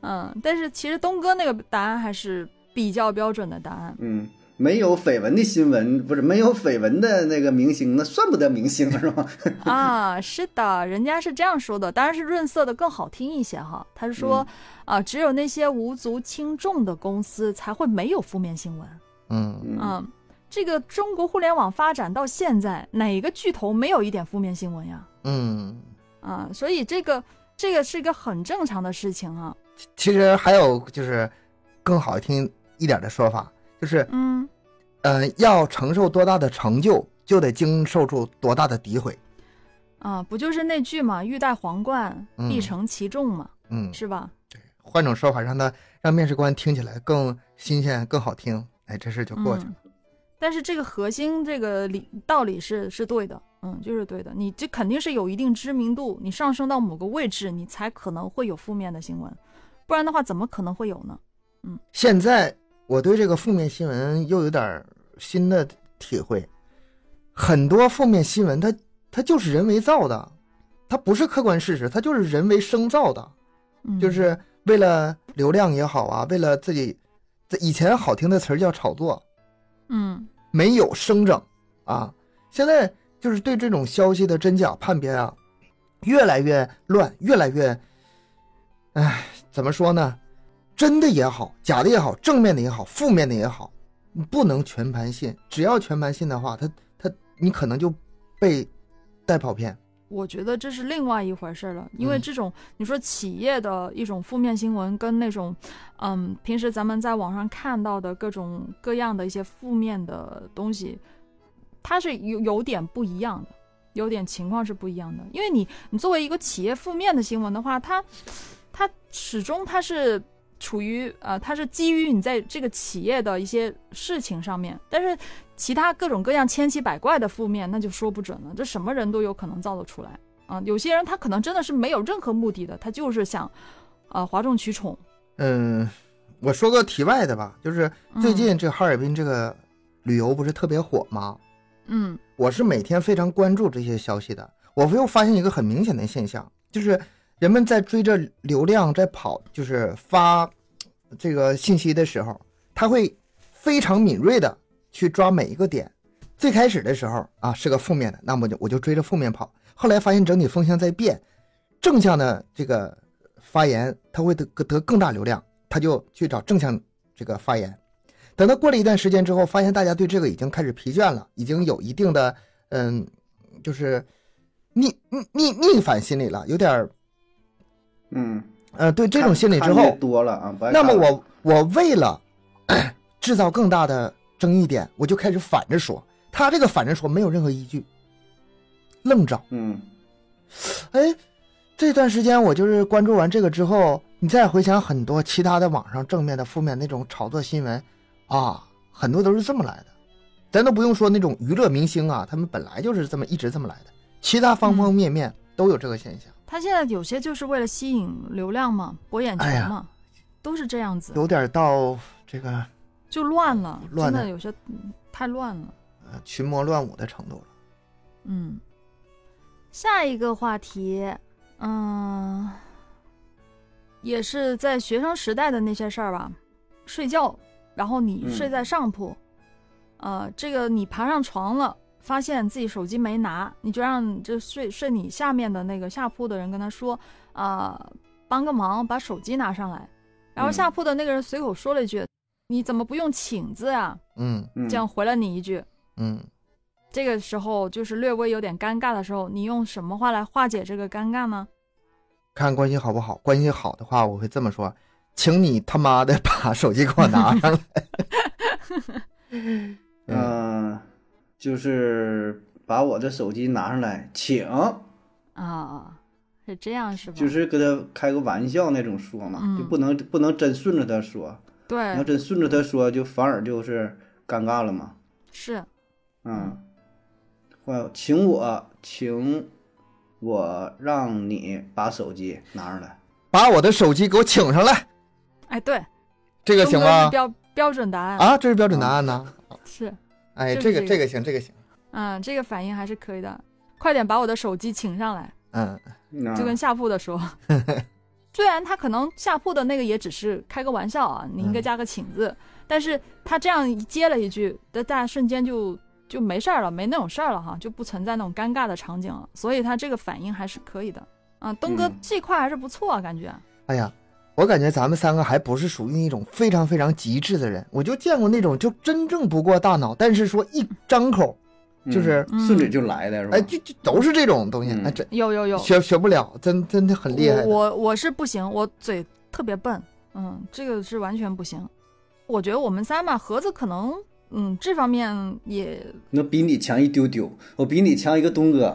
Speaker 1: 嗯，但是其实东哥那个答案还是比较标准的答案。
Speaker 2: 嗯，没有绯闻的新闻，不是没有绯闻的那个明星，那算不得明星是吧？
Speaker 1: 啊，是的，人家是这样说的，当然是润色的更好听一些哈。他是说，
Speaker 3: 嗯
Speaker 1: 啊，只有那些无足轻重的公司才会没有负面新闻。
Speaker 3: 嗯，
Speaker 2: 嗯，
Speaker 1: 嗯，这个中国互联网发展到现在，哪个巨头没有一点负面新闻呀？
Speaker 3: 嗯，
Speaker 1: 啊，所以这个这个是一个很正常的事情啊。
Speaker 3: 其实还有就是更好听一点的说法，就是
Speaker 1: 嗯，
Speaker 3: 呃，要承受多大的成就，就得经受住多大的诋毁。
Speaker 1: 啊，不就是那句嘛，欲戴皇冠，
Speaker 3: 嗯
Speaker 1: 必承其重嘛，
Speaker 3: 嗯，
Speaker 1: 是吧？
Speaker 3: 换种说法，让他让面试官听起来更新鲜、更好听，哎，这事就过去了。
Speaker 1: 嗯但是这个核心这个理道理是是对的，嗯，就是对的。你这肯定是有一定知名度，你上升到某个位置，你才可能会有负面的新闻，不然的话怎么可能会有呢？
Speaker 3: 现在我对这个负面新闻又有点儿新的体会，很多负面新闻它它就是人为造的，它不是客观事实，它就是人为生造的，
Speaker 1: 嗯，
Speaker 3: 就是为了流量也好啊，为了自己，这以前好听的词儿叫炒作，
Speaker 1: 嗯
Speaker 3: 没有生整啊。现在就是对这种消息的真假判别啊，越来越乱，越来越，唉，怎么说呢？真的也好，假的也好，正面的也好，负面的也好，你不能全盘信。只要全盘信的话，他他你可能就被带跑偏。
Speaker 1: 我觉得这是另外一回事儿了，因为
Speaker 3: 嗯
Speaker 1: 这种、你说企业的一种负面新闻，跟那种，嗯，平时咱们在网上看到的各种各样的一些负面的东西，它是有有点不一样的，有点情况是不一样的。因为你你作为一个企业负面的新闻的话，它它始终它是处于呃，它是基于你在这个企业的一些事情上面，但是其他各种各样千奇百怪的负面，那就说不准了，这什么人都有可能造得出来啊。有些人他可能真的是没有任何目的的，他就是想，呃，哗众取宠。
Speaker 3: 嗯，我说个题外的吧，就是最近这哈尔滨这个旅游不是特别火吗？
Speaker 1: 嗯
Speaker 3: 我是每天非常关注这些消息的。我又发现一个很明显的现象，就是人们在追着流量在跑，就是发呃这个信息的时候，他会非常敏锐的去抓每一个点。最开始的时候啊是个负面的，那么就我就追着负面跑。后来发现整体风向在变，正向的这个发言他会得得更大流量，他就去找正向这个发言。等到过了一段时间之后，发现大家对这个已经开始疲倦了，已经有一定的嗯，就是逆逆逆逆反心理了，有点儿
Speaker 2: 嗯，
Speaker 3: 呃，对这种心理之
Speaker 2: 看
Speaker 3: 后
Speaker 2: 得，多了啊，不爱
Speaker 3: 那么
Speaker 2: 看了
Speaker 3: 我我为了 制造更大的争议点，我就开始反着说，他这个反着说没有任何依据，愣找。
Speaker 2: 嗯
Speaker 3: 哎，这段时间我就是关注完这个之后，你再回想很多其他的网上正面的、负面那种炒作新闻啊，很多都是这么来的。咱都不用说那种娱乐明星啊，他们本来就是这么一直这么来的，其他方方面面都有这个现象，
Speaker 1: 他现在有些就是为了吸引流量嘛，博眼球
Speaker 3: 哎呀
Speaker 1: 嘛，都是这样子，
Speaker 3: 有点到这个呃
Speaker 1: 就乱了，
Speaker 3: 乱
Speaker 1: 真的
Speaker 3: 了
Speaker 1: 有些嗯太乱了。
Speaker 3: 呃群魔乱舞的程度了。
Speaker 1: 嗯，下一个话题，嗯，也是在学生时代的那些事儿吧。睡觉，然后你
Speaker 2: 嗯
Speaker 1: 睡在上铺，呃，这个你爬上床了，发现自己手机没拿，你就让这睡睡你下面的那个下铺的人跟他说，啊、帮个忙把手机拿上来。然后
Speaker 2: 嗯
Speaker 1: 下铺的那个人随口说了一句：“你怎么不用请字啊
Speaker 3: 嗯？”
Speaker 2: 嗯，
Speaker 1: 这样回了你一句。
Speaker 3: 嗯，
Speaker 1: 这个时候就是略微有点尴尬的时候，你用什么话来化解这个尴尬呢？
Speaker 3: 看关系好不好，关系好的话，我会这么说，请你他妈的把手机给我拿 上来。嗯
Speaker 2: 嗯，就是把我的手机拿上来，请，
Speaker 1: 啊，是这样是吧？
Speaker 2: 就是跟他开个玩笑那种说嘛，
Speaker 1: 嗯
Speaker 2: 就不能不能真顺着他说，你
Speaker 1: 对，
Speaker 2: 要真顺着他说，就反而就是尴尬了嘛，
Speaker 1: 是
Speaker 2: 嗯，我请我请我让你把手机拿上来。
Speaker 3: 把我的手机给我请上来，
Speaker 1: 哎，对，
Speaker 3: 这个行
Speaker 1: 东哥是
Speaker 3: 吗？
Speaker 1: 标标准答案
Speaker 3: 啊，这是标准答案呢。
Speaker 1: 是，
Speaker 3: 哎，
Speaker 1: 就
Speaker 3: 这
Speaker 1: 是
Speaker 3: 个
Speaker 1: 这个
Speaker 3: 这个行，这个行。
Speaker 1: 嗯，这个反应还是可以的。快点把我的手机请上来，
Speaker 3: 嗯，
Speaker 2: 那
Speaker 1: 就跟下铺的 说。虽然他可能下铺的那个也只是开个玩笑啊，你
Speaker 3: 嗯
Speaker 1: 应该加个请字，但是他这样一接了一句，大家瞬间就就没事儿了，没那种事儿了哈，就不存在那种尴尬的场景了，所以他这个反应还是可以的。啊，东哥
Speaker 2: 嗯
Speaker 1: 这块还是不错、啊，感觉。
Speaker 3: 哎呀，我感觉咱们三个还不是属于那种非常非常极致的人，我就见过那种就真正不过大脑，但是说一张口就是
Speaker 2: 嗯顺嘴就来的是吧？
Speaker 3: 哎，就就都是这种东西，
Speaker 2: 嗯
Speaker 3: 哎，真
Speaker 1: 有有有，
Speaker 3: 学学不了，真真的很厉害的。
Speaker 1: 我我我是不行，我嘴特别笨，嗯，这个是完全不行。我觉得我们仨嘛，盒子可能，嗯，这方面也
Speaker 2: 那比你强一丢丢，我比你强一个东哥。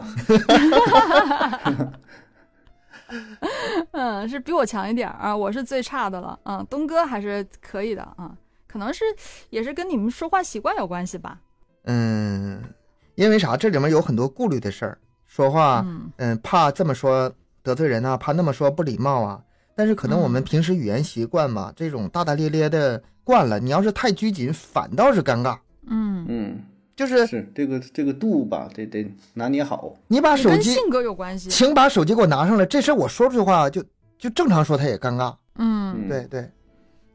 Speaker 1: 嗯，是比我强一点儿啊，我是最差的了。嗯，东哥还是可以的啊，可能是也是跟你们说话习惯有关系吧。
Speaker 3: 嗯，因为啥？这里面有很多顾虑的事儿，说话，
Speaker 1: 嗯
Speaker 3: 嗯，怕这么说得罪人呐、啊怕那么说不礼貌啊。但是可能我们
Speaker 1: 嗯
Speaker 3: 平时语言习惯嘛，这种大大咧咧的惯了，你要是太拘谨，反倒是尴尬。
Speaker 1: 嗯，
Speaker 2: 嗯，
Speaker 3: 就是
Speaker 2: 是这个这个度吧，得得拿捏好。
Speaker 3: 你把
Speaker 1: 也
Speaker 3: 手
Speaker 1: 跟
Speaker 3: 机，
Speaker 1: 性格有关系。
Speaker 3: 请把手机给我拿上来，这事儿我说出去话就就正常说，他也尴尬。
Speaker 1: 嗯，
Speaker 2: 嗯，
Speaker 3: 对对，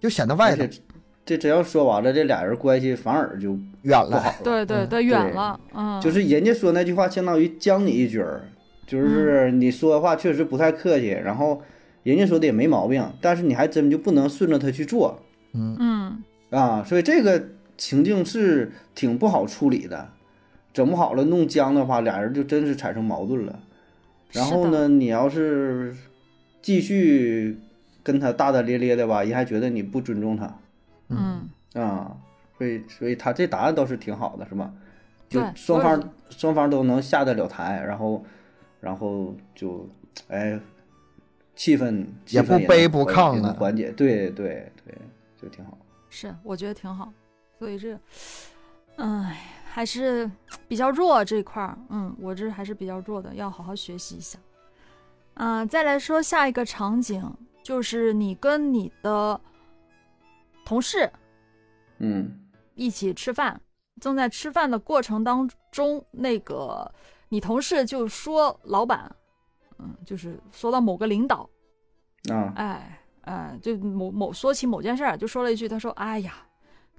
Speaker 3: 就显得外
Speaker 2: 而
Speaker 3: 头
Speaker 2: 且这只要说完了，这俩人关系反而就
Speaker 3: 远
Speaker 2: 不好了。
Speaker 3: 了。
Speaker 1: 对对对，远了。嗯，
Speaker 2: 就是人家说那句话，相当于将你一军儿，就是你说的话确实不太客气，然后人家说的也没毛病，但是你还真就不能顺着他去做
Speaker 3: 嗯，
Speaker 1: 嗯
Speaker 2: 啊，所以这个情境是挺不好处理的，整不好了弄僵的话，俩人就真是产生矛盾了。然后
Speaker 1: 是
Speaker 2: 呢，你要是继续跟他大大咧咧的吧，人还觉得你不尊重他
Speaker 1: 嗯，
Speaker 2: 啊，所以所以他这答案倒是挺好的，是吧？就
Speaker 1: 对
Speaker 2: 双
Speaker 1: 我
Speaker 2: 方
Speaker 1: 也觉
Speaker 2: 双方都能下得了台，然后然后就哎，气氛气
Speaker 3: 也
Speaker 2: 氛
Speaker 3: 不
Speaker 2: 能
Speaker 3: 卑不
Speaker 2: 缓
Speaker 3: 亢
Speaker 2: 也能
Speaker 3: 了
Speaker 2: 缓解，对对对，就挺好。
Speaker 1: 是，我觉得挺好。所以这，哎，还是比较弱这一块儿。嗯，我这还是比较弱的，要好好学习一下。嗯、再来说下一个场景，就是你跟你的同事
Speaker 2: 嗯
Speaker 1: 一起吃饭，正在吃饭的过程当中，那个你同事就说老板，嗯，就是说到某个领导，
Speaker 2: 啊，
Speaker 1: 哎，呃，就某某说起某件事儿，就说了一句，他说：“哎呀，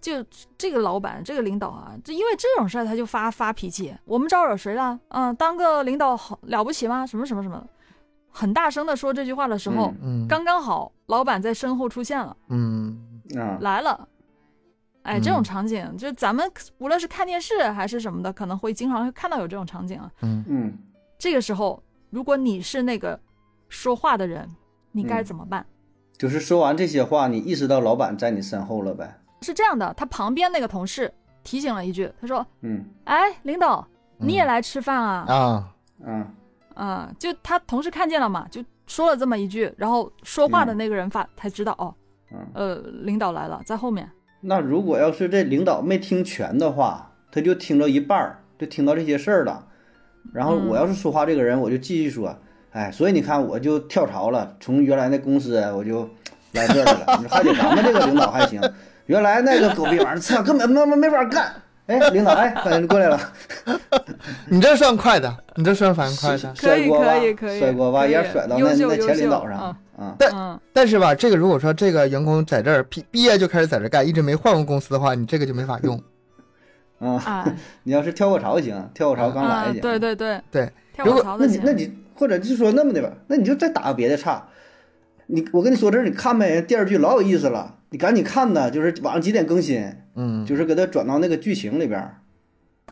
Speaker 1: 就这个老板，这个领导啊，就因为这种事儿他就发发脾气，我们招惹谁了？嗯，当个领导好了不起吗？什么什么什么的，很大声的说这句话的时候，
Speaker 3: 嗯，
Speaker 1: 刚刚好老板在身后出现了，
Speaker 3: 嗯，
Speaker 2: 嗯啊，
Speaker 1: 来了。”哎，这
Speaker 3: 嗯
Speaker 1: 种场景，就咱们无论是看电视还是什么的，可能会经常会看到有这种场景啊。
Speaker 3: 嗯，
Speaker 2: 嗯
Speaker 1: 这个时候，如果你是那个说话的人，你该
Speaker 2: 嗯
Speaker 1: 怎么办？
Speaker 2: 就是说完这些话，你意识到老板在你身后了呗？
Speaker 1: 是这样的，他旁边那个同事提醒了一句，他说
Speaker 2: 嗯：“
Speaker 1: 哎，领导，
Speaker 3: 嗯
Speaker 1: 你也来吃饭啊？”
Speaker 3: 啊，
Speaker 2: 啊，
Speaker 1: 啊、就他同事看见了嘛，就说了这么一句，然后说话的那个人发、才知道哦，
Speaker 2: 嗯
Speaker 1: 呃，领导来了，在后面。
Speaker 2: 那如果要是这领导没听全的话，他就听到一半儿，就听到这些事儿了。然后我要是说话这个人，我就继续说，哎，所以你看，我就跳槽了，从原来那公司我就来这儿了。你说还得咱们这个领导还行，原来那个狗逼玩意儿，操，根本没没没法干。哎，领导，哎，反正过来了，
Speaker 3: 你这算快的，你这算反应快的。
Speaker 1: 可
Speaker 2: 摔
Speaker 1: 以
Speaker 2: 锅巴
Speaker 1: 可以可以，
Speaker 2: 摔锅巴
Speaker 1: 可以
Speaker 2: 一下甩到
Speaker 1: 优
Speaker 2: 那
Speaker 1: 秀
Speaker 2: 那
Speaker 1: 优秀
Speaker 2: 前领导上啊。
Speaker 1: 嗯，
Speaker 3: 但是吧，这个如果说这个员工在这儿毕毕业就开始在这儿干，一直没换过公司的话，你这个就没法用。
Speaker 2: 啊，
Speaker 1: 哎，
Speaker 2: 你要是跳过槽行，跳过槽 刚来
Speaker 1: 啊，
Speaker 2: 行，
Speaker 1: 对对对
Speaker 3: 对，
Speaker 1: 跳
Speaker 3: 如
Speaker 1: 过
Speaker 3: 果
Speaker 1: 槽
Speaker 2: 那
Speaker 1: 的
Speaker 2: 你
Speaker 1: 行
Speaker 2: 那你或者就说那么的吧，那你就再打个别的岔。你我跟你说这儿，你看呗，第二剧老有意思了，你赶紧看呐，就是晚上几点更新，
Speaker 3: 嗯
Speaker 2: 就是给它转到那个剧情里边儿，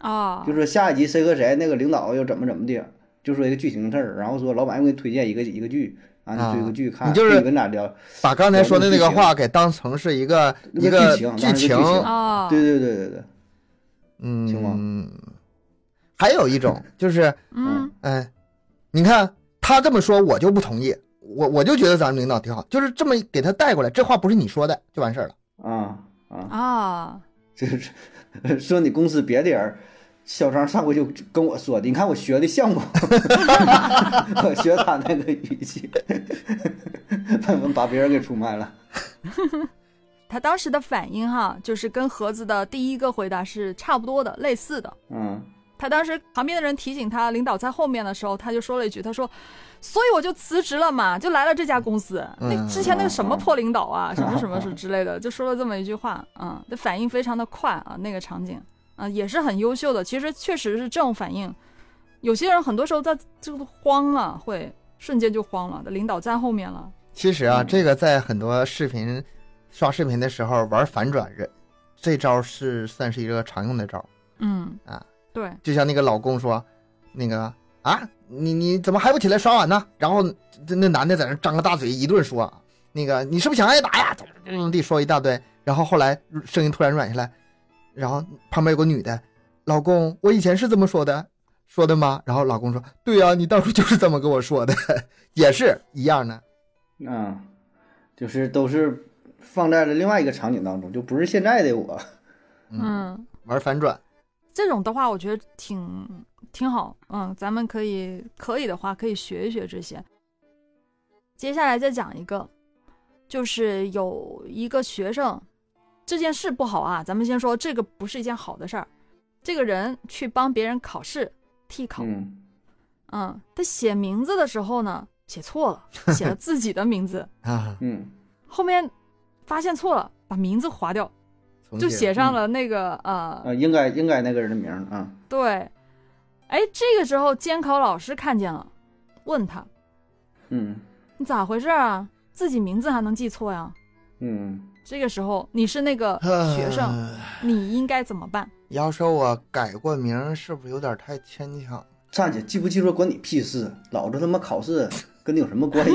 Speaker 1: 啊，
Speaker 2: 就是说下一集谁和谁那个领导又怎么怎么的，就说一个剧情事儿，然后说老板又给你推荐一个一个剧啊，
Speaker 3: 啊
Speaker 2: 你追个剧看，
Speaker 3: 你就是
Speaker 2: 自己跟咋聊？
Speaker 3: 把刚才说的那个话给当成是一个一个
Speaker 2: 剧情
Speaker 3: 剧情，
Speaker 1: 啊，
Speaker 2: 对对对对对，
Speaker 3: 嗯，
Speaker 2: 行
Speaker 3: 还有一种就是，
Speaker 1: 嗯
Speaker 3: 哎，你看他这么说，我就不同意，我我就觉得咱们领导挺好，就是这么给他带过来，这话不是你说的就完事儿了。
Speaker 1: 嗯
Speaker 2: 啊啊，
Speaker 1: 啊，
Speaker 2: 就是说你公司别的人儿小张上回就跟我说的，你看我学的像不？ 我学他那个语气，把把别人给出卖了。
Speaker 1: 他当时的反应哈，就是跟盒子的第一个回答是差不多的，类似的。
Speaker 2: 嗯，
Speaker 1: 他当时旁边的人提醒他，领导在后面的时候，他就说了一句：“他说，所以我就辞职了嘛，就来了这家公司。那
Speaker 3: 嗯
Speaker 1: 之前那个什么破领导啊，什么什么是之类的，就说了这么一句话。嗯，这反应非常的快啊，那个场景啊也是很优秀的。其实确实是这种反应，有些人很多时候在就慌了，会瞬间就慌了。领导在后面了，
Speaker 3: 其实啊，
Speaker 2: 嗯
Speaker 3: 这个在很多视频刷视频的时候玩反转，人这招是算是一个常用的招。
Speaker 1: 嗯
Speaker 3: 啊，
Speaker 1: 对，
Speaker 3: 就像那个老公说，那个啊，你你怎么还不起来刷碗呢？然后那那男的在那张个大嘴一顿说，那个你是不是想挨打呀？怎么怎么地说一大堆，然后后来声音突然软下来，然后旁边有个女的，老公，我以前是这么说的，说的吗？然后老公说，对呀、你当初就是这么跟我说的， 也是一样的。
Speaker 2: 啊，就是都是放在了另外一个场景当中，就不是现在的我。
Speaker 1: 嗯
Speaker 3: 玩反转，
Speaker 1: 这种的话，我觉得挺挺好，嗯，咱们可以可以的话，可以学一学这些。接下来再讲一个，就是有一个学生，这件事不好啊，咱们先说这个不是一件好的事儿。这个人去帮别人考试替考，
Speaker 2: 嗯，
Speaker 1: 嗯，他写名字的时候呢，写错了，写了自己的名字，
Speaker 3: 啊，
Speaker 2: 嗯，
Speaker 1: 后面发现错了，把名字划掉，
Speaker 3: 重
Speaker 1: 就写上
Speaker 2: 嗯
Speaker 1: 了那个、呃
Speaker 2: 啊，应该应该那个人的名儿啊，
Speaker 1: 对，哎，这个时候监考老师看见了，问他
Speaker 2: 嗯
Speaker 1: 你咋回事啊？自己名字还能记错呀？
Speaker 2: 嗯
Speaker 1: 这个时候你是那个学生，
Speaker 3: 唉
Speaker 1: 你应该怎么办？
Speaker 3: 要说我改过名儿，是不是有点太牵强？
Speaker 2: 站起，记不记住关你屁事，老子他妈考试跟你有什么关系？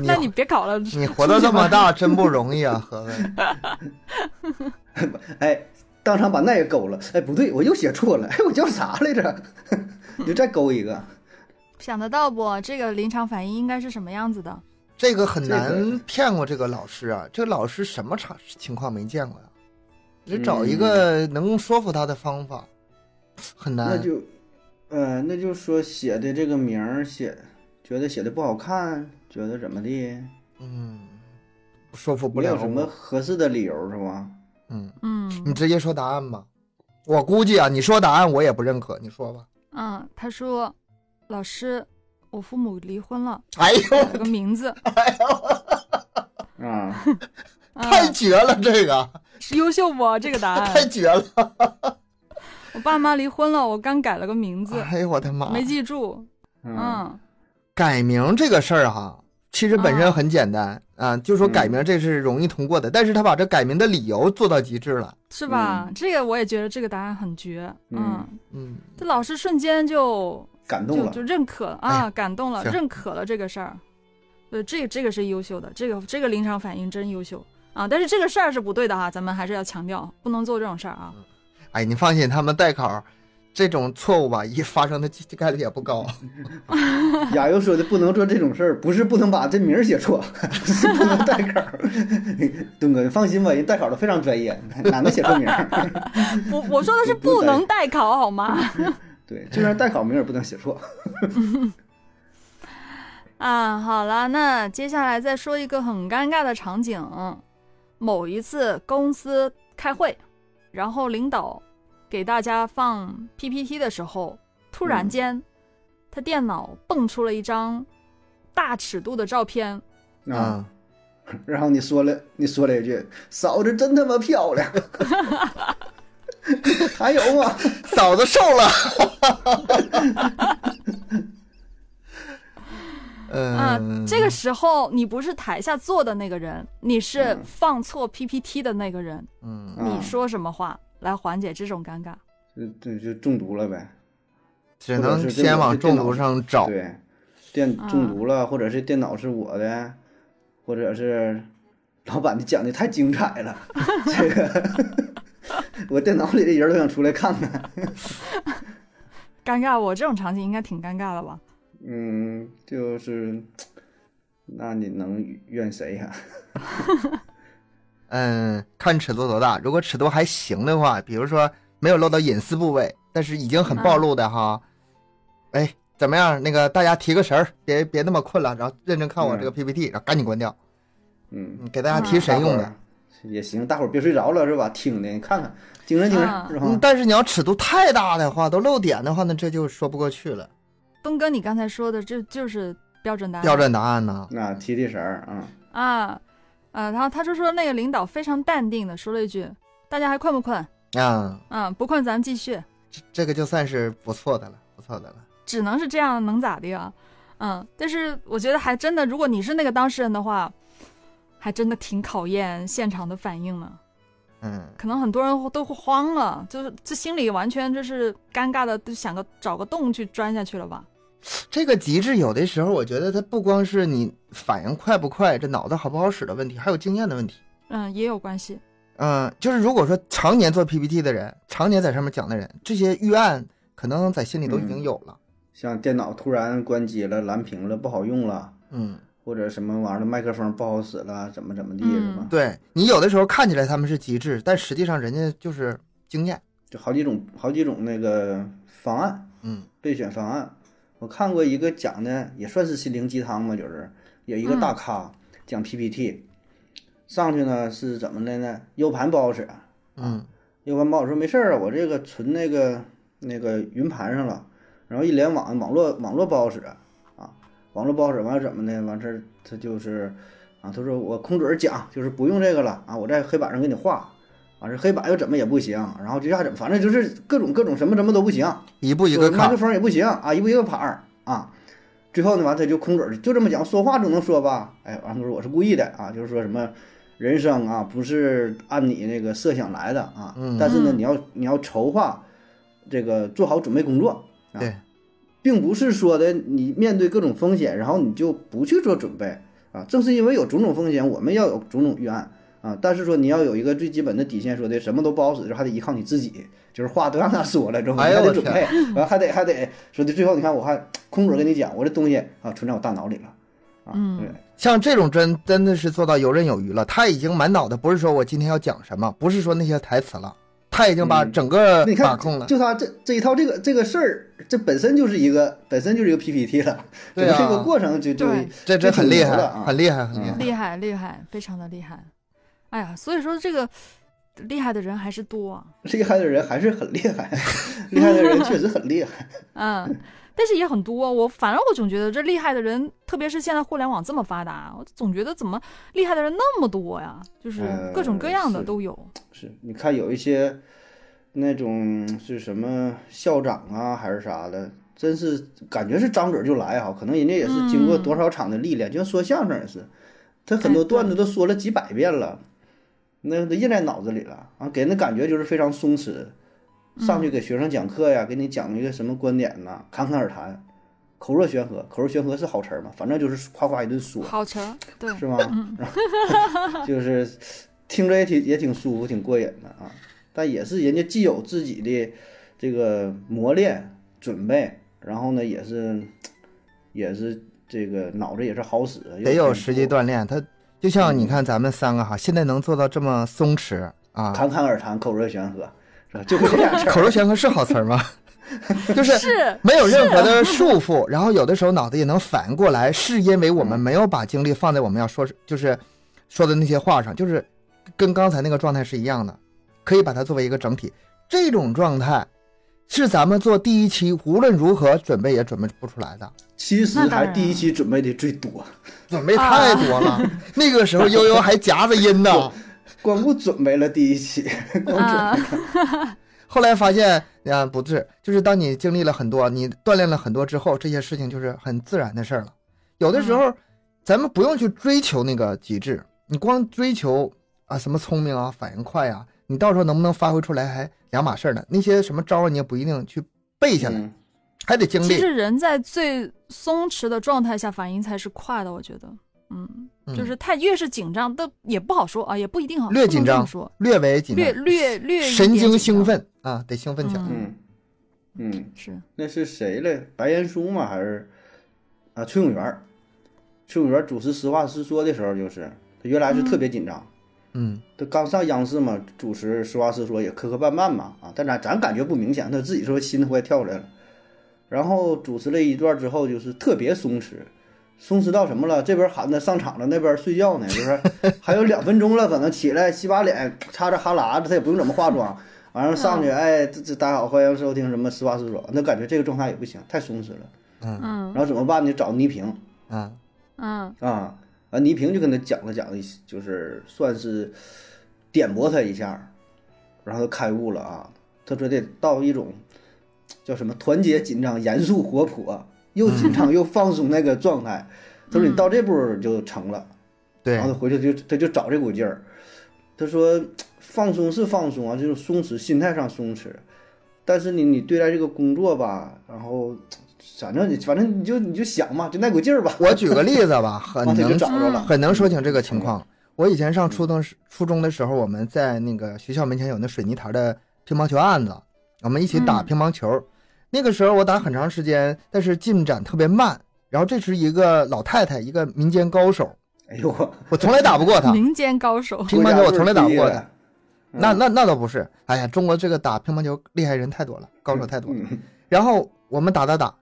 Speaker 3: 你
Speaker 1: 那你别考了，
Speaker 3: 你活到这 么大真不容易啊，盒子。
Speaker 2: 哎，当场把那也勾了，哎，不对，我又写错了，哎，我叫啥来着？ 你就再勾一个，
Speaker 1: 想得到不？这个临场反应应该是什么样子的？
Speaker 3: 这个很
Speaker 2: 这
Speaker 3: 难
Speaker 2: 个
Speaker 3: 骗过这个老师啊，这个老师什么场情况没见过呀、得找
Speaker 2: 嗯
Speaker 3: 一个能说服他的方法，很
Speaker 2: 那
Speaker 3: 难。
Speaker 2: 就，呃，那就说写的这个名儿写，觉得写的不好看，觉得怎么的，
Speaker 3: 嗯，说服不
Speaker 2: 没有
Speaker 3: 了我
Speaker 2: 什么。合适的理由是吧？
Speaker 3: 嗯，你
Speaker 1: 嗯
Speaker 3: 直接说答案吧。我估计啊，你说答案我也不认可，你说吧。
Speaker 1: 嗯，他说，老师，我父母离婚了，
Speaker 3: 哎呦，
Speaker 1: 改了个名 字，
Speaker 2: 啊，
Speaker 1: 嗯、
Speaker 3: 太绝了，这个
Speaker 1: 优秀不？这个答案，
Speaker 3: 太绝了。
Speaker 1: 我爸妈离婚了，我刚改了个名字，
Speaker 3: 哎呦我的妈！
Speaker 1: 没记住，
Speaker 2: 嗯
Speaker 1: 嗯
Speaker 3: 改名这个事儿哈，其实本身
Speaker 1: 啊
Speaker 3: 很简单啊，就说改
Speaker 2: 嗯
Speaker 3: 名这是容易通过的，但是他把这改名的理由做到极致了。
Speaker 1: 是吧？这个我也觉得这个答案很绝，
Speaker 2: 嗯
Speaker 3: 嗯，
Speaker 1: 这老师瞬间就
Speaker 2: 感动
Speaker 1: 就
Speaker 2: 了
Speaker 1: 就，认可了
Speaker 3: 哎
Speaker 1: 啊，
Speaker 3: 呀
Speaker 1: 感动了，
Speaker 3: 是
Speaker 1: 认可了这个事儿。对，这这个是优秀的，这个这个临场反应真优秀啊！但是这个事儿是不对的哈、咱们还是要强调，不能做这种事儿啊。
Speaker 3: 哎，你放心，他们代考这种错误吧，一发生的概率也不高。
Speaker 2: 亚优说的不能做这种事儿，不是不能把这名儿写错， 是不能代考。东哥，你放心吧，人代考的非常专业，哪能写错名儿？
Speaker 1: 我我说的是
Speaker 2: 不
Speaker 1: 不
Speaker 2: 能
Speaker 1: 能代考好吗？
Speaker 2: 对，就算代考名儿也不能写错。
Speaker 1: 啊，好了，那接下来再说一个很尴尬的场景。某一次公司开会，然后领导给大家放 PPT 的时候，突然
Speaker 2: 嗯
Speaker 1: 间，他电脑蹦出了一张大尺度的照片。
Speaker 2: 啊，然后你说了，你说了一句：“嫂子真他妈漂 亮。”还有吗？
Speaker 3: 嫂子瘦了。
Speaker 1: 啊
Speaker 3: 嗯，
Speaker 1: 这个时候你不是台下坐的那个人，你是
Speaker 2: 嗯
Speaker 1: 放错 PPT 的那个人。
Speaker 3: 嗯，
Speaker 1: 你说什么话来缓解这种尴尬？
Speaker 2: 嗯，就就就中毒了呗。
Speaker 3: 只能先往中毒上找。
Speaker 2: 对，电
Speaker 1: 啊
Speaker 2: 中毒了，或者是电脑是我的，或者是老板你讲的太精 彩了，这个 我电脑里的人都想出来看看。
Speaker 1: 尴尬，我这种场景应该挺尴尬的吧？
Speaker 2: 嗯，就是，那你能怨谁呀、
Speaker 3: 嗯，看尺度多大。如果尺度还行的话，比如说没有露到隐私部位，但是已经很暴露的哈。哎，怎么样？那个大家提个神儿，别别那么困了，然后认真看我这个 PPT，然后赶紧关掉。
Speaker 2: 嗯，
Speaker 3: 嗯，给大家提神用的。
Speaker 2: 也行，大伙儿别睡着了是吧？听的，你看看，精神精神
Speaker 1: 啊
Speaker 2: 是
Speaker 3: 嗯，
Speaker 2: 吧？
Speaker 3: 但是你要尺度太大的话，都露点的话，那这就说不过去了。
Speaker 1: 东哥，你刚才说的这就是标准答案，
Speaker 3: 标准答案呢？
Speaker 2: 那提提神儿啊，
Speaker 1: 啊啊！然后他就说那个领导非常淡定的说了一句：“大家还困不困？
Speaker 3: 啊，
Speaker 1: 嗯，不困咱们继续。
Speaker 3: 这这个就算是不错的了，不错的了。”
Speaker 1: 只能是这样，能咋的呀？嗯，但是我觉得还真的，如果你是那个当事人的话，还真的挺考验现场的反应呢。
Speaker 3: 嗯，
Speaker 1: 可能很多人都慌了，就是这心里完全就是尴尬的，都想个找个洞去钻下去了吧？
Speaker 3: 这个极致有的时候，我觉得它不光是你反应快不快，这脑子好不好使的问题，还有经验的问题。
Speaker 1: 嗯，也有关系。
Speaker 3: 嗯，就是如果说常年做 PPT 的人，常年在上面讲的人，这些预案可能在心里都已经有了。
Speaker 2: 像电脑突然关机了、蓝屏了、不好用了，
Speaker 3: 嗯，
Speaker 2: 或者什么玩意儿的麦克风不好使了，怎么怎么地
Speaker 1: 嗯
Speaker 2: 是吧？
Speaker 3: 对你有的时候看起来他们是极致，但实际上人家就是经验。
Speaker 2: 就好几种好几种那个方案，
Speaker 3: 嗯
Speaker 2: 备选方案。我看过一个讲的也算是心灵鸡汤吧，就是有一个大咖讲 PPT，、上去呢是怎么的呢？U 盘不好使，
Speaker 3: 嗯
Speaker 2: 右环保说没事儿啊，我这个存那个那个云盘上了，然后一联网，网络网络不好使啊，网络不好使，完了怎么的？完事儿他就是啊，他说我空嘴儿讲，就是不用这个了啊，我在黑板上给你画，完、啊、这黑板又怎么也不行，然后这下怎么，反正就是各种各种什么什么都不行，
Speaker 3: 一步一个
Speaker 2: 就是麦
Speaker 3: 坎
Speaker 2: 克
Speaker 3: 儿。
Speaker 2: 呃风也不行啊，一步一个坎儿啊。最后呢，完他就空嘴儿就这么讲，说话总能说吧？哎，完他说我是故意的啊，就是说什么人生啊，不是按你那个设想来的啊。
Speaker 3: 嗯
Speaker 2: 但是呢，
Speaker 1: 嗯
Speaker 2: 你要你要筹划这个做好准备工作，啊
Speaker 3: 对，
Speaker 2: 并不是说的你面对各种风险，然后你就不去做准备啊。正是因为有种种风险，我们要有种种预案啊。但是说你要有一个最基本的底线，说的什么都不好使，就还得依靠你自己，就是话都让他说了之后，你
Speaker 3: 哎呦
Speaker 2: 还得
Speaker 3: 我
Speaker 2: 准
Speaker 3: 天
Speaker 2: 备，然后还得还得说的最后，你看我还空嘴跟你讲，我这东西啊存在我大脑里了啊。
Speaker 1: 嗯
Speaker 2: 对，
Speaker 3: 像这种真真的是做到游刃有余了，他已经满脑子不是说我今天要讲什么，不是说那些台词了，他已经把
Speaker 2: 嗯
Speaker 3: 整个
Speaker 2: 那你
Speaker 3: 把
Speaker 2: 看
Speaker 3: 控了。
Speaker 2: 就他这这一套这个这个事儿，这本身就是一个本身就是一个 PPT 了，
Speaker 3: 对
Speaker 2: 整个
Speaker 3: 啊
Speaker 2: 这个过程就就
Speaker 1: 对
Speaker 3: 这这很厉
Speaker 2: 挺牛的
Speaker 3: 害
Speaker 2: 啊，
Speaker 3: 很厉害，很厉
Speaker 2: 嗯
Speaker 3: 害。
Speaker 1: 厉害，厉害，非常的厉害。哎呀，所以说这个厉害的人还是多啊、
Speaker 2: 厉害的人还是很厉 害，厉害的人确实很厉害。
Speaker 1: 嗯，但是也很多。我反正我总觉得这厉害的人，特别是现在互联网这么发达，我总觉得怎么厉害的人那么多呀？就是
Speaker 2: 呃
Speaker 1: 各种各样的
Speaker 2: 是
Speaker 1: 都有。
Speaker 2: 是，你看有一些那种是什么校长啊，还是啥的，真是感觉是张嘴就来哈、可能人家也是经过多少场的历练，就像说相声也是，他很多
Speaker 1: 嗯哎对
Speaker 2: 段子都说了几百遍了，那都印在脑子里了啊，给人的感觉就是非常松弛。上
Speaker 1: 嗯
Speaker 2: 去给学生讲课呀，给你讲一个什么观点呐、侃侃而谈，口若悬河。口若悬河是好词儿嘛，反正就是夸夸一顿
Speaker 3: 呃
Speaker 2: 说，
Speaker 1: 好词儿，对，
Speaker 2: 是吗？
Speaker 1: 嗯
Speaker 2: 就是听着也挺也挺舒服，挺过瘾的啊。但也是人家既有自己的这个磨练准备，然后呢也是也是这个脑子也是好使，
Speaker 3: 得有实
Speaker 2: 时
Speaker 3: 际
Speaker 2: 间段，
Speaker 3: 锻炼。他就像你看咱们三个哈，现在能做到这么松弛啊，
Speaker 2: 侃侃而谈，口若悬河，是吧？就会这俩 事
Speaker 3: 口
Speaker 2: 儿。
Speaker 3: 若悬河是好词儿吗？ 就是
Speaker 1: 是
Speaker 3: 没有任何的束缚，然后有的时候脑子也能反应过来，是因为我们没有把精力放在我们要说就是说的那些话上，就是跟刚才那个状态是一样的，可以把它作为一个整体。这种状态是咱们做第一期无论如何准备也准备不出来的。
Speaker 2: 其实
Speaker 1: 那当
Speaker 2: 还
Speaker 1: 然啊
Speaker 2: 第一
Speaker 1: 了
Speaker 2: 期准备的最多，
Speaker 3: 准备太多了，那个时候悠悠还夹着音呢。
Speaker 2: 光顾准备了第一期，光准
Speaker 1: 啊，
Speaker 3: 后来发现，啊，不是，就是当你经历了很多，你锻炼了很多之后，这些事情就是很自然的事儿了。有的时
Speaker 1: 嗯
Speaker 3: 候，咱们不用去追求那个极致，你光追求啊什么聪明啊、反应快啊，你到时候能不能发挥出来还两码事儿呢。那些什么招儿你也不一定去背下 来，
Speaker 2: 嗯
Speaker 3: 还得经
Speaker 1: 其
Speaker 3: 历。
Speaker 1: 实人在最松弛的状态下反应才是快的，我觉得，嗯，
Speaker 3: 嗯
Speaker 1: 就是太越是紧张都也不好说啊，也不一定好，
Speaker 3: 略
Speaker 1: 不能
Speaker 3: 紧
Speaker 1: 这么
Speaker 3: 张
Speaker 1: 说
Speaker 3: 略为紧张
Speaker 1: 略，略略一
Speaker 3: 神
Speaker 1: 点
Speaker 3: 经
Speaker 1: 紧
Speaker 3: 兴
Speaker 1: 张
Speaker 3: 奋啊，得兴奋起来。
Speaker 1: 嗯
Speaker 2: 嗯嗯，
Speaker 1: 是，
Speaker 2: 那是谁嘞？白岩松吗？还是啊崔永元儿？崔永元儿主持《实话实说》的时候，就是他原来是特别紧张，
Speaker 3: 嗯，
Speaker 2: 这刚上央视嘛，主持实话实说也磕磕绊绊嘛啊，但咱咱感觉不明显，他自己说心都快跳出来了。然后主持了一段之后，就是特别松弛，松弛到什么了？这边喊着上场了，那边睡觉呢，就是还有两分钟了，可能起来洗把脸，擦擦哈喇子，他也不用怎么化妆，完了上去，哎，这这大家好，欢迎收听什么实话实说，那感觉这个状态也不行，太松弛了。
Speaker 1: 嗯
Speaker 2: 然后怎么办呢？找倪萍
Speaker 3: 啊，
Speaker 1: 嗯
Speaker 2: 啊，完倪萍就跟他讲了讲了一些，就是算是点拨他一下，然后他开悟了啊。他说得到一种叫什么团结、紧张、严肃、活泼，
Speaker 3: 嗯
Speaker 2: 又紧张又放松那个状态。他说你到这步儿就成了。
Speaker 3: 对
Speaker 2: 然后，他回去就他就找这股劲儿。他说放松是放松啊，就是松弛，心态上松弛，但是你你对待这个工作吧，然后反正你反正你就你就想嘛，就那股劲儿吧。
Speaker 3: 我举个例子吧，很
Speaker 2: 完他就
Speaker 3: 能
Speaker 2: 找着了。
Speaker 3: 很能说清这个情况。我以前上初中时初中的时候，我们在那个学校门前有那水泥台的乒乓球案子，我们一起打
Speaker 1: 嗯
Speaker 3: 乒乓球。那个时候我打很长时间，但是进展特别慢。然后这是一个老太太，一个民间高手，
Speaker 2: 哎呦我，
Speaker 3: 我从来打不过她。
Speaker 1: 民间高手，
Speaker 3: 乒乓球我从来打不
Speaker 2: 回家
Speaker 3: 过
Speaker 2: 就是
Speaker 3: 她，
Speaker 2: 嗯
Speaker 3: 那那那倒不是。哎呀，中国这个打乒乓球厉害人太多了，高手太多了。
Speaker 2: 嗯
Speaker 3: 然后我们打打打，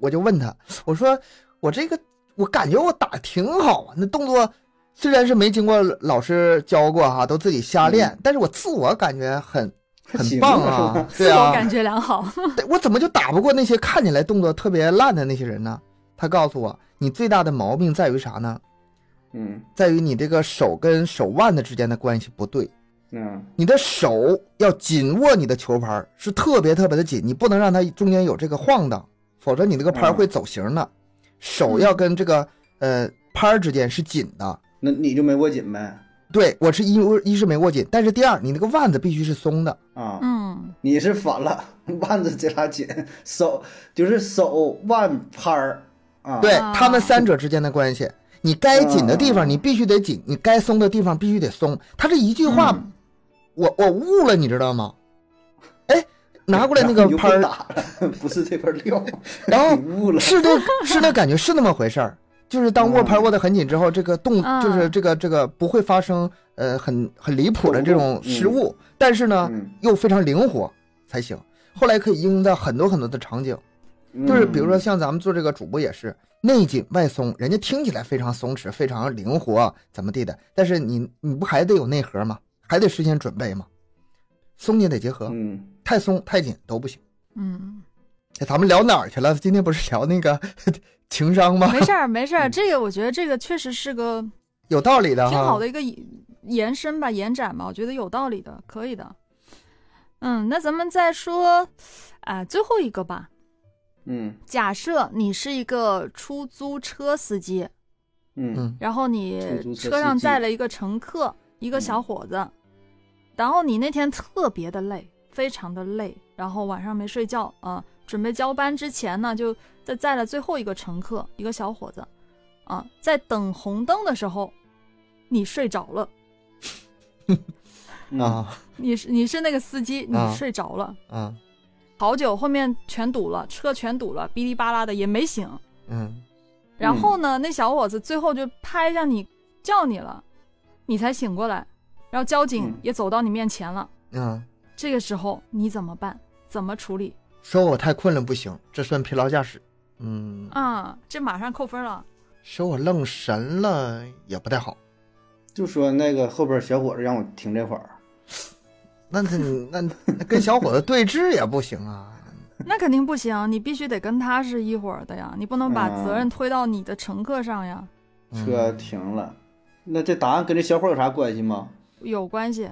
Speaker 3: 我就问他，我说我这个我感觉我打得挺好啊，那动作虽然是没经过老师教过哈、都自己瞎练，但是我自我感觉很很
Speaker 2: 行
Speaker 3: 棒啊，
Speaker 1: 自
Speaker 3: 对
Speaker 1: 我
Speaker 3: 啊
Speaker 1: 感，觉良 好。
Speaker 3: 对我怎么就打不过那些看起来动作特别烂的那些人呢？他告诉我，你最大的毛病在于啥呢？
Speaker 2: 嗯
Speaker 3: 在于你这个手跟手腕的之间的关系不对，
Speaker 2: 嗯
Speaker 3: 你的手要紧握你的球拍儿，是特别特别的紧，你不能让它中间有这个晃荡，否则你这个拍儿
Speaker 2: 嗯
Speaker 3: 会走形的。手要跟这个呃拍儿之间是紧的。
Speaker 2: 那你就没握紧呗
Speaker 3: 对我是一一是没握紧，但是第二，你那个腕子必须是松的。
Speaker 2: 啊？
Speaker 1: 嗯
Speaker 2: 你是反了，腕子这俩紧，手就是手腕拍儿啊。
Speaker 3: 对
Speaker 1: 啊
Speaker 3: 他们三者之间的关系，你该紧的地方
Speaker 2: 嗯
Speaker 3: 你必须得紧，你该松的地方必须得松。他这一句话，
Speaker 1: 嗯
Speaker 3: 我我悟了，你知道吗？哎，拿过来那
Speaker 2: 然
Speaker 3: 个
Speaker 2: 后你就
Speaker 3: 拍
Speaker 2: 不
Speaker 3: 儿，
Speaker 2: 打了， 不是这块料，
Speaker 3: 然后
Speaker 2: 你悟了。
Speaker 3: 是那是那感觉是那么回事儿，就是当握拍握得很紧之后，这个动
Speaker 1: 嗯
Speaker 3: 就是这个这个不会发生呃很很离谱的这种失误，但是呢
Speaker 2: 嗯
Speaker 3: 又非常灵活才行。后来可以应用到很多很多的场景，
Speaker 2: 嗯
Speaker 3: 就是比如说像咱们做这个主播也是内紧外松，人家听起来非常松弛，非常灵活怎么地的，但是你你不还得有内核吗？还得事先准备吗？松紧得结合，
Speaker 2: 嗯，
Speaker 3: 太松太紧都不行。
Speaker 1: 嗯，
Speaker 3: 哎咱们聊哪儿去了？今天不是聊那个 情商吗？
Speaker 1: 没事儿没事
Speaker 3: 嗯
Speaker 1: 儿，这个我觉得这个确实是个
Speaker 3: 有道理的哈，
Speaker 1: 挺好的一个延延伸吧，延展吧，我觉得有道理的，可以的。嗯，那咱们再说，啊、最后一个吧。
Speaker 2: 嗯
Speaker 1: 假设你是一个出租车司机，
Speaker 2: 嗯
Speaker 3: 嗯
Speaker 1: 然后你
Speaker 2: 出租车司机嗯
Speaker 1: 车上载了一个乘客，一个小伙子，然后你那天特别的累，非常的累，然后晚上没睡觉啊、准备交班之前呢，就在载了最后一个乘客，一个小伙子，啊、在等红灯的时候，你睡着了。
Speaker 2: 嗯，
Speaker 3: 啊
Speaker 1: 你是你是那个司机，
Speaker 3: 啊
Speaker 1: 你睡着了，
Speaker 3: 啊
Speaker 1: 好久后面全堵了，车全堵了，哔哩吧啦的也没醒。
Speaker 3: 嗯
Speaker 1: 然后呢，那小伙子最后就拍一下你，叫你了，你才醒过来，然后交警
Speaker 2: 嗯
Speaker 1: 也走到你面前了。
Speaker 3: 嗯，
Speaker 1: 这个时候你怎么办？怎么处理
Speaker 3: 说我太困了不行，这算疲劳驾驶。嗯，
Speaker 1: 啊？这马上扣分了。
Speaker 3: 说我愣神了也不太好。
Speaker 2: 就说那个后边小伙子让我停这会儿，
Speaker 3: 那这那那跟小伙子对峙也不行啊。
Speaker 1: 那肯定不行，你必须得跟他是一伙儿的呀，你不能把
Speaker 2: 嗯
Speaker 1: 责任推到你的乘客上呀，
Speaker 3: 嗯
Speaker 2: 车停了。那这答案跟这小伙有啥关系吗？
Speaker 3: 嗯
Speaker 1: 有关系。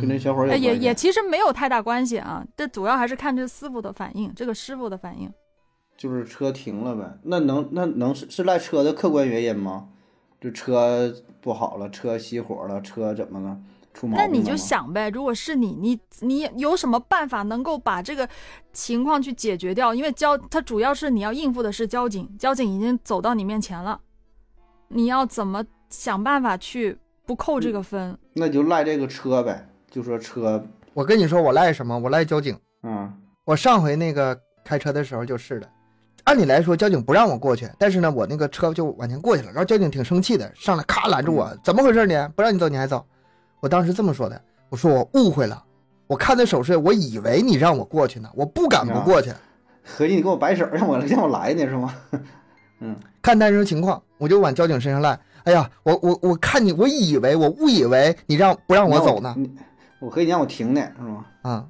Speaker 2: 跟这小伙有
Speaker 1: 哎，
Speaker 2: 关系？
Speaker 1: 也也其实没有太大关系啊，这主要还是看这师傅的反应，这个师傅的反应。
Speaker 2: 就是车停了呗。那能那能是是赖车的客观原因吗？就车不好了，车熄火了，车怎么了？出毛病
Speaker 1: 那
Speaker 2: 了
Speaker 1: 你就
Speaker 2: 吗
Speaker 1: 想呗，如果是你，你你有什么办法能够把这个情况去解决掉？因为交它主要是你要应付的是交警，交警已经走到你面前了，你要怎么想办法去不扣
Speaker 2: 嗯
Speaker 1: 这个分？
Speaker 2: 那就赖这个车呗，就说车，
Speaker 3: 我跟你说，我赖什么？我赖交警。
Speaker 2: 嗯
Speaker 3: 我上回那个开车的时候就是的。按理来说，交警不让我过去，但是呢，我那个车就往前过去了，然后交警挺生气的，上来咔拦住我，怎么回事呢？不让你走，你还走？我当时这么说的，我说我误会了，我看那手势，我以为你让我过去呢，我不敢不过去。
Speaker 2: 合计你给我摆手，让我让我来呢是吗？嗯，
Speaker 3: 看当时情况，我就往交警身上赖。哎呀，我我我看你，我以为我误以为你让不让我走呢？
Speaker 2: 你我合计你让我停呢是吗？
Speaker 3: 啊、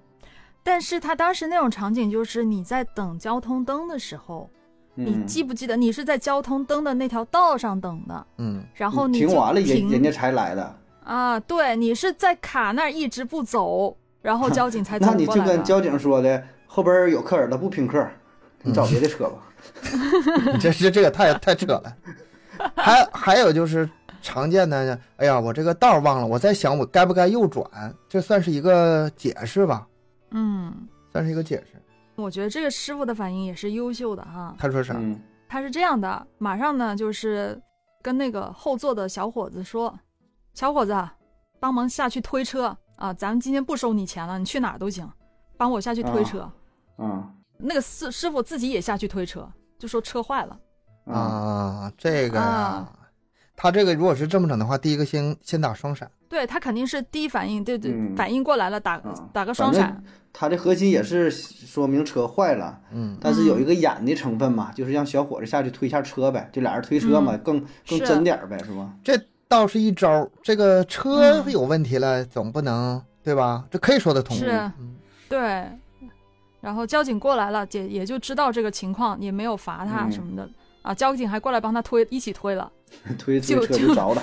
Speaker 1: 但是他当时那种场景就是你在等交通灯的时候，你
Speaker 2: 嗯，
Speaker 1: 记不记得你是在交通灯的那条道上等的，
Speaker 3: 嗯，
Speaker 1: 然后你
Speaker 2: 停
Speaker 1: 就
Speaker 2: 完了人
Speaker 1: 停
Speaker 2: 人家才来的，
Speaker 1: 啊，对，你是在卡那儿一直不走，然后交警才走
Speaker 2: 那你
Speaker 1: 过
Speaker 2: 就
Speaker 1: 来
Speaker 2: 跟
Speaker 1: 的。
Speaker 2: 交警说的，后边有客人了不拼客，你
Speaker 3: 嗯
Speaker 2: 找别的车吧。
Speaker 3: 你 这这这个太太扯了。还还有就是常见的，哎呀，我这个道儿忘了，我在想我该不该右转，这算是一个解释吧，
Speaker 1: 嗯，
Speaker 3: 算是一个解释。
Speaker 1: 我觉得这个师傅的反应也是优秀的哈。
Speaker 3: 他说啥？
Speaker 2: 嗯，
Speaker 1: 他是这样的，马上呢就是跟那个后座的小伙子说：“小伙子啊，帮忙下去推车啊，咱们今天不收你钱了，你去哪儿都行，帮我下去推车。
Speaker 2: 啊
Speaker 1: 那个师师傅自己也下去推车，就说车坏了。
Speaker 2: 啊，
Speaker 3: 啊，这个呀、
Speaker 1: 嗯啊
Speaker 3: 他这个如果是这么整的话，第一个先先打双闪，
Speaker 1: 对他肯定是第一反应，对对，
Speaker 2: 嗯
Speaker 1: 反应过来了，打、
Speaker 2: 啊
Speaker 1: 打个双
Speaker 2: 反正
Speaker 1: 闪。
Speaker 2: 他的核心也是说明车坏了，
Speaker 3: 嗯，
Speaker 2: 但是有一个演的成分嘛，就是让小伙子下去推一下车呗，就俩人推车嘛，更更
Speaker 1: 嗯是啊
Speaker 2: 真点儿呗，是吧？
Speaker 3: 这倒是一招儿。这个车
Speaker 1: 嗯
Speaker 3: 有问题了，总不能对吧？这可以说得通。
Speaker 1: 是
Speaker 3: 嗯，
Speaker 1: 对，然后交警过来了，姐也就知道这个情况，也没有罚他
Speaker 2: 嗯
Speaker 1: 什么的、啊。交警还过来帮他推，一起推了。
Speaker 2: 推推
Speaker 1: 就
Speaker 2: 车就
Speaker 1: 就
Speaker 2: 着了，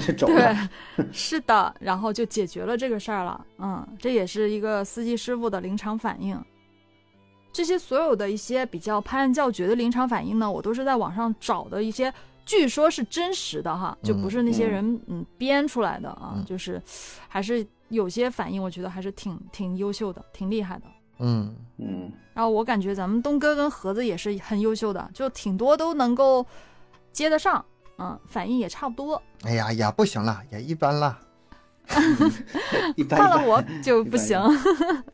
Speaker 2: 就走了。
Speaker 1: 对，是的，然后就解决了这个事儿了。嗯，这也是一个司机师傅的临场反应。这些所有的一些比较拍案叫绝的临场反应呢，我都是在网上找的一些，据说是真实的哈，就不是那些人嗯编出来的啊，
Speaker 3: 嗯
Speaker 1: 就是还是有些反应，我觉得还是挺挺优秀的，挺厉害的。
Speaker 3: 嗯，
Speaker 2: 嗯，
Speaker 1: 然后我感觉咱们东哥跟盒子也是很优秀的，就挺多都能够接得上，嗯，反应也差不多。
Speaker 3: 哎呀也不行了，也一般了。
Speaker 2: 一般
Speaker 1: 看
Speaker 2: 一
Speaker 1: 了
Speaker 2: 般。
Speaker 1: 我就不
Speaker 2: 一
Speaker 1: 行
Speaker 2: 般。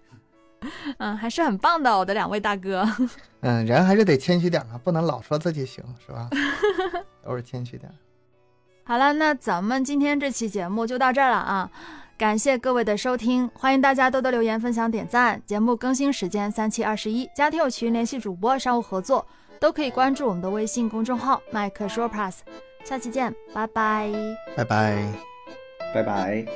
Speaker 1: 嗯，还是很棒的，我的两位大哥。
Speaker 3: 嗯，人还是得谦虚点嘛，不能老说自己行，是吧？偶尔谦虚点。
Speaker 1: 好了，那咱们今天这期节目就到这儿了啊！感谢各位的收听，欢迎大家多多留言、分享、点赞。节目更新时间三七二十一，加听友群联系主播商务合作，都可以关注我们的微信公众号“麦克说 Plus”。下期见，拜拜。
Speaker 3: 拜拜。
Speaker 2: 拜拜。